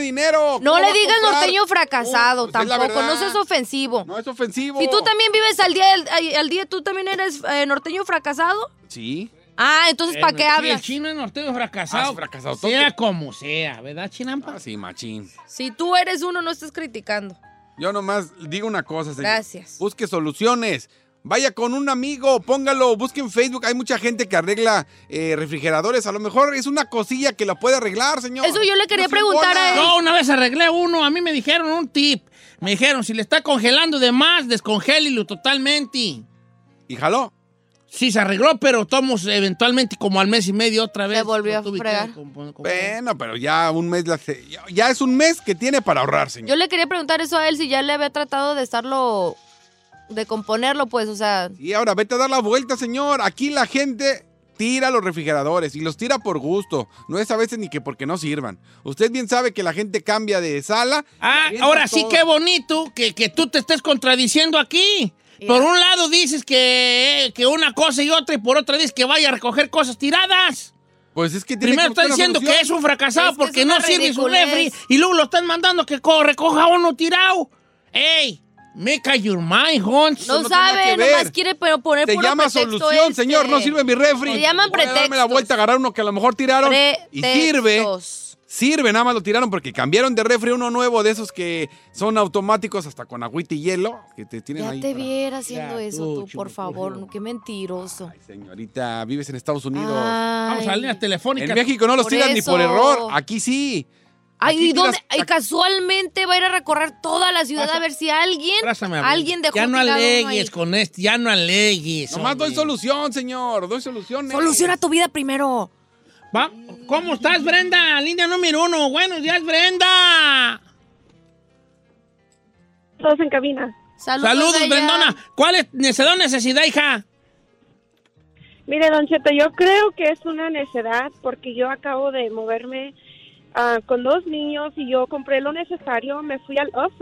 S2: No
S3: dinero. ¿Cómo va
S2: le
S3: a
S2: digas
S3: comprar?
S2: norteño fracasado
S3: No, pues es la
S2: tampoco, no
S3: verdad.
S2: seas ofensivo.
S3: No es ofensivo.
S2: Si tú también vives al día, del- ay, al día tú también eres eh, norteño fracasado.
S3: Sí.
S2: Ah, entonces ¿para qué
S1: Eh, Sí,
S2: hablas?
S1: El chino es norteño
S3: Ah,
S1: fracasado.
S3: sí, fracasado.
S1: Sea como sea, ¿verdad, Chinampa?
S3: Ah, sí, machín.
S2: Si tú eres uno, no estés criticando.
S3: Yo nomás digo una cosa, señor.
S2: Gracias.
S3: Busque soluciones. Vaya con un amigo, póngalo, busque en Facebook. Hay mucha gente que arregla eh, refrigeradores. A lo mejor es una cosilla que la puede arreglar, señor.
S2: Eso yo le quería
S3: No se
S2: preguntar
S3: impone.
S2: a él.
S1: No, una vez arreglé uno, a mí me dijeron un tip. Me dijeron, si le está congelando de más, descongélilo totalmente.
S3: ¿Y jaló?
S1: Sí, se arregló, pero tomos eventualmente como al mes y medio otra vez. Se volvió a fregar.
S3: Bueno, pero ya un mes, la se- ya- ya es un mes que tiene para ahorrar, señor.
S2: Yo le quería preguntar eso a él si ya le había tratado de estarlo, de componerlo, pues, o sea.
S3: Y ahora vete a dar la vuelta, señor. Aquí la gente tira los refrigeradores y los tira por gusto. No es a veces ni que porque no sirvan. Usted bien sabe que la gente cambia de sala.
S1: Ah, ahora sí, qué bonito que, que tú te estés contradiciendo aquí. Por un lado dices que, que una cosa y otra, y por otra dices que vaya a recoger cosas tiradas.
S3: Pues es que tiene
S1: Primero
S3: que
S1: está
S3: buscar una
S1: diciendo que
S3: solución.
S1: es un fracasado
S3: Es que es
S1: porque
S3: una
S1: no sirve su
S3: ridiculez.
S1: refri y luego lo están mandando que co- recoja uno tirado. ¡Ey! Make up your mind, Hons.
S2: No, sabe, nomás quiere pero poner
S3: Se
S2: puro
S3: llama
S2: pretexto
S3: solución,
S2: este.
S3: señor. No sirve mi refri.
S2: Se llaman
S3: Voy a darme la
S2: pretextos.
S3: vuelta, agarrar uno que a lo mejor tiraron. Y sirve.
S2: Pretextos.
S3: Sirve, nada más lo tiraron porque cambiaron de refri uno nuevo de esos que son automáticos hasta con agüita y hielo. Que te tienen
S2: Ya
S3: ahí.
S2: te
S3: para-
S2: viera haciendo
S3: Ya,
S2: eso
S3: tú,
S2: tú, por favor. Qué mentiroso.
S3: Señorita, vives en Estados Unidos.
S1: Ah.
S2: Ay. Vamos a las líneas telefónicas.
S3: En México no los
S2: Por
S3: tiran ni
S2: eso.
S3: por error. Aquí sí.
S2: Ay,
S3: Aquí
S2: ¿y dónde?
S3: tiras-
S2: Ay, casualmente va a ir a recorrer toda la ciudad a ver si alguien,
S1: Abrázame, abrázame.
S2: alguien dejó
S1: Ya no
S2: tirado uno ahí.
S1: alegues con este, ya no alegues.
S3: Nomás doy solución, señor. Doy solución. Soluciona
S2: tu vida primero.
S1: Va. ¿Cómo estás, Brenda? Línea número uno. Buenos días, Brenda.
S11: Todos en cabina.
S1: Saludos, Brendona. ¿Cuál es necesidad, necesidad, hija?
S11: Mire, Don Cheto, yo creo que es una necedad porque yo acabo de moverme ah, con dos niños y yo compré lo necesario. Me fui al Up,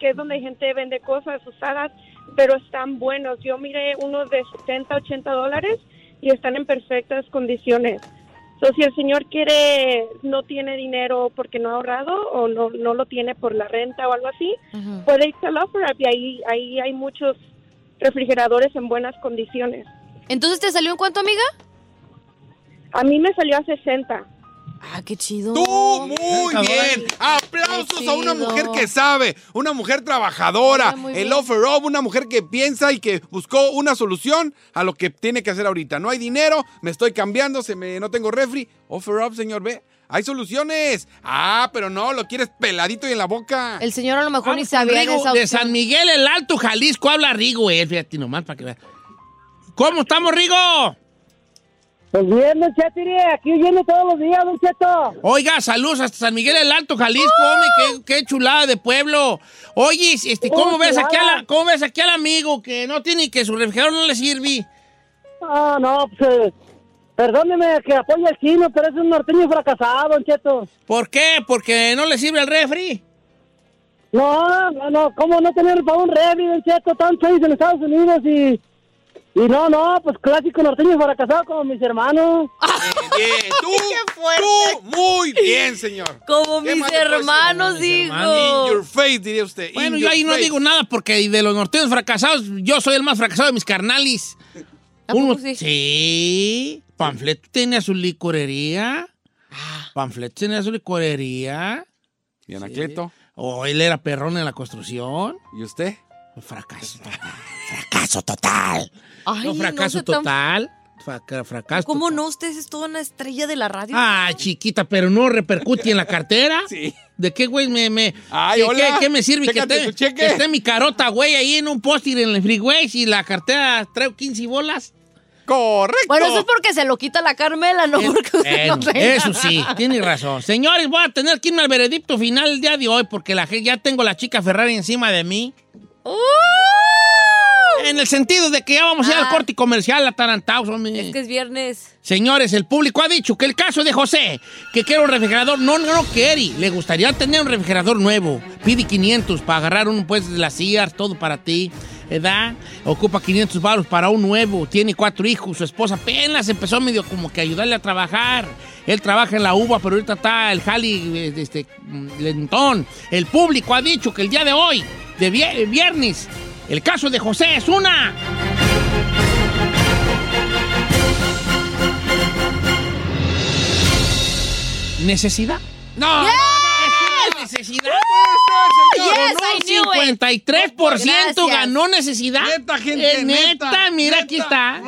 S11: que es donde gente vende cosas usadas, pero están buenos. Yo miré unos de 70, 80 dólares y están en perfectas condiciones. Entonces, si el señor quiere, no tiene dinero porque no ha ahorrado o no, no lo tiene por la renta o algo así, puede irse al Up y ahí, ahí hay muchos refrigeradores en buenas condiciones.
S2: Entonces, ¿te salió en cuánto, amiga?
S11: A mí me salió a 60.
S2: Ah, qué chido.
S3: Tú, muy bien. Aplausos a una mujer que sabe, una mujer trabajadora, el offer up, una mujer que piensa y que buscó una solución a lo que tiene que hacer ahorita. No hay dinero, me estoy cambiando, se me, no tengo refri. Offer up, señor B. Hay soluciones. Ah, pero no, lo quieres peladito y en la boca.
S2: El señor a lo mejor ni
S1: Vamos con
S2: sabía de
S1: Rigo
S2: esa
S1: de
S2: opción.
S1: San Miguel el Alto, Jalisco. Habla Rigo, eh. Fíjate nomás para que veas. ¿Cómo estamos, Rigo?
S12: Pues bien, Don Cheto, mire, aquí viene todos los días, Don Cheto.
S1: Oiga, saludos hasta San Miguel el Alto, Jalisco, hombre, qué, qué chulada de pueblo. Oye, este, ¿cómo
S12: Oh,
S1: ves aquí a la-
S12: chulada.
S1: cómo ves aquí al amigo que no tiene que su refrigerador no le sirve?
S12: Ah, no, pues, eh, perdóneme que apoye al chino, pero es un norteño fracasado, Don Cheto.
S1: ¿Por qué? Porque no le sirve el refri.
S12: No, no, no, ¿cómo no tener para un refri, Don Cheto? Tan feliz en Estados Unidos y... Y no, no, pues clásico norteño fracasado como mis hermanos.
S2: (laughs)
S3: Bien, Eh, tú, tú, muy bien, señor.
S2: Como
S3: ¿Qué
S2: mis
S3: más te puedo decir?
S2: hermanos,
S3: In your
S2: digo.
S3: face, diría usted. in
S1: Bueno, yo
S3: your
S1: ahí no
S3: face.
S1: digo nada porque de los norteños fracasados, yo soy el más fracasado de mis carnalis. Uno, sí? Panfleto tenía su licorería. Ah. Panfleto tenía su licorería.
S3: ¿Y Anacleto?
S1: O él era perrón en la construcción.
S3: ¿Y usted?
S1: Fracaso total. (laughs) Fracaso total.
S2: Ay,
S1: no,
S2: no
S1: fracaso
S2: sé tan-
S1: total. Fraca- fracaso
S2: ¿Cómo no? Usted es toda una estrella de la radio.
S1: Ah, chiquita, pero no repercute en la cartera.
S3: (laughs)
S1: Sí. ¿De qué, güey? Me, me,
S3: Ay,
S1: ¿de
S3: hola.
S1: qué, qué me sirve que
S3: Chécate
S1: esté,
S3: tu cheque.
S1: que esté mi carota, güey, ahí en un post en el freeway y la cartera traigo 15 bolas?
S3: Correcto.
S2: Bueno, eso es porque se lo quita la Carmela, (laughs) no porque usted no
S1: Bueno,
S2: tenga.
S1: Eh, eso sí, tiene razón. Señores, voy a tener que irme al veredicto final el día de hoy porque la, gen- ya tengo la chica Ferrari encima de mí.
S2: ¡Uh!
S1: En el sentido de que ya vamos a ir al corte comercial, atarantados, hombre.
S2: Ah. Es que es viernes.
S1: Señores, el público ha dicho que el caso de José, que quiere un refrigerador, no, no, no quiere. Le gustaría tener un refrigerador nuevo. Pide 500 para agarrar un pues de las sillas, todo para ti. ¿Edad? Ocupa 500 baros para un nuevo. Tiene cuatro hijos. Su esposa apenas empezó medio como que a ayudarle a trabajar. Él trabaja en la uva, pero ahorita está el jali eh, este, mm, lentón. El público ha dicho que el día de hoy, de vie- viernes, el caso de José es una. ¿Necesidad? No, no, no, es una necesidad.
S3: Yes,
S1: ganó
S8: I knew it.
S1: 53%
S8: Gracias.
S1: ganó necesidad. Neta,
S8: gente,
S3: Eh,
S1: neta,
S8: neta,
S1: mira,
S8: neta,
S1: aquí está.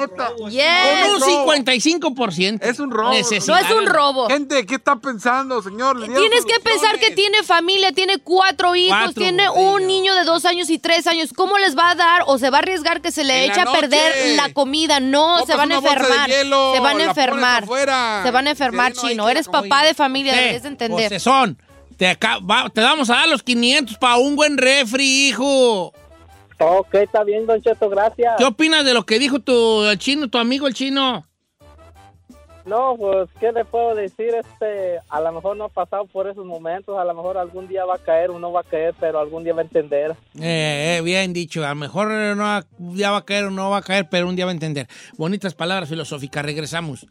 S8: Yes.
S1: Con un
S8: Es robo.
S1: 55%.
S8: Es un robo.
S1: Necesidad.
S2: No es un robo.
S8: Gente, ¿qué está pensando, señor? Le dieron
S2: Tienes que pensar que tiene familia, tiene cuatro hijos,
S8: Cuatro
S2: tiene un niño de dos años y tres años. ¿Cómo les va a dar o se va a arriesgar que se le
S8: En la
S2: echa a perder
S8: noche.
S2: la comida? No, se
S8: Compras
S2: van a
S8: una bolsa de
S2: enfermar.
S8: hielo,
S2: se van a
S8: la pones
S2: enfermar.
S8: afuera.
S2: Se van a enfermar, chino. Eres papá de familia,
S1: Sí,
S2: debes de entender.
S1: eh, posesón. Te, acá- va- te vamos a dar los 500 para un buen refri, hijo.
S12: Ok, está bien, Don Cheto, gracias.
S1: ¿Qué opinas de lo que dijo tu el chino, tu amigo el chino?
S12: No, pues, ¿qué le puedo decir? Este, a lo mejor no ha pasado por esos momentos, a lo mejor algún día va a caer, uno va a caer, pero algún día va a entender.
S1: Eh, eh, bien dicho, a lo mejor no va- ya va a caer o no va a caer, pero un día va a entender. Bonitas palabras filosóficas, regresamos.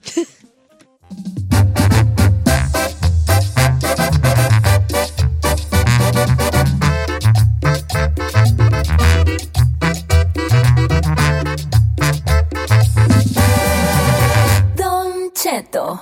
S5: Don Cheto.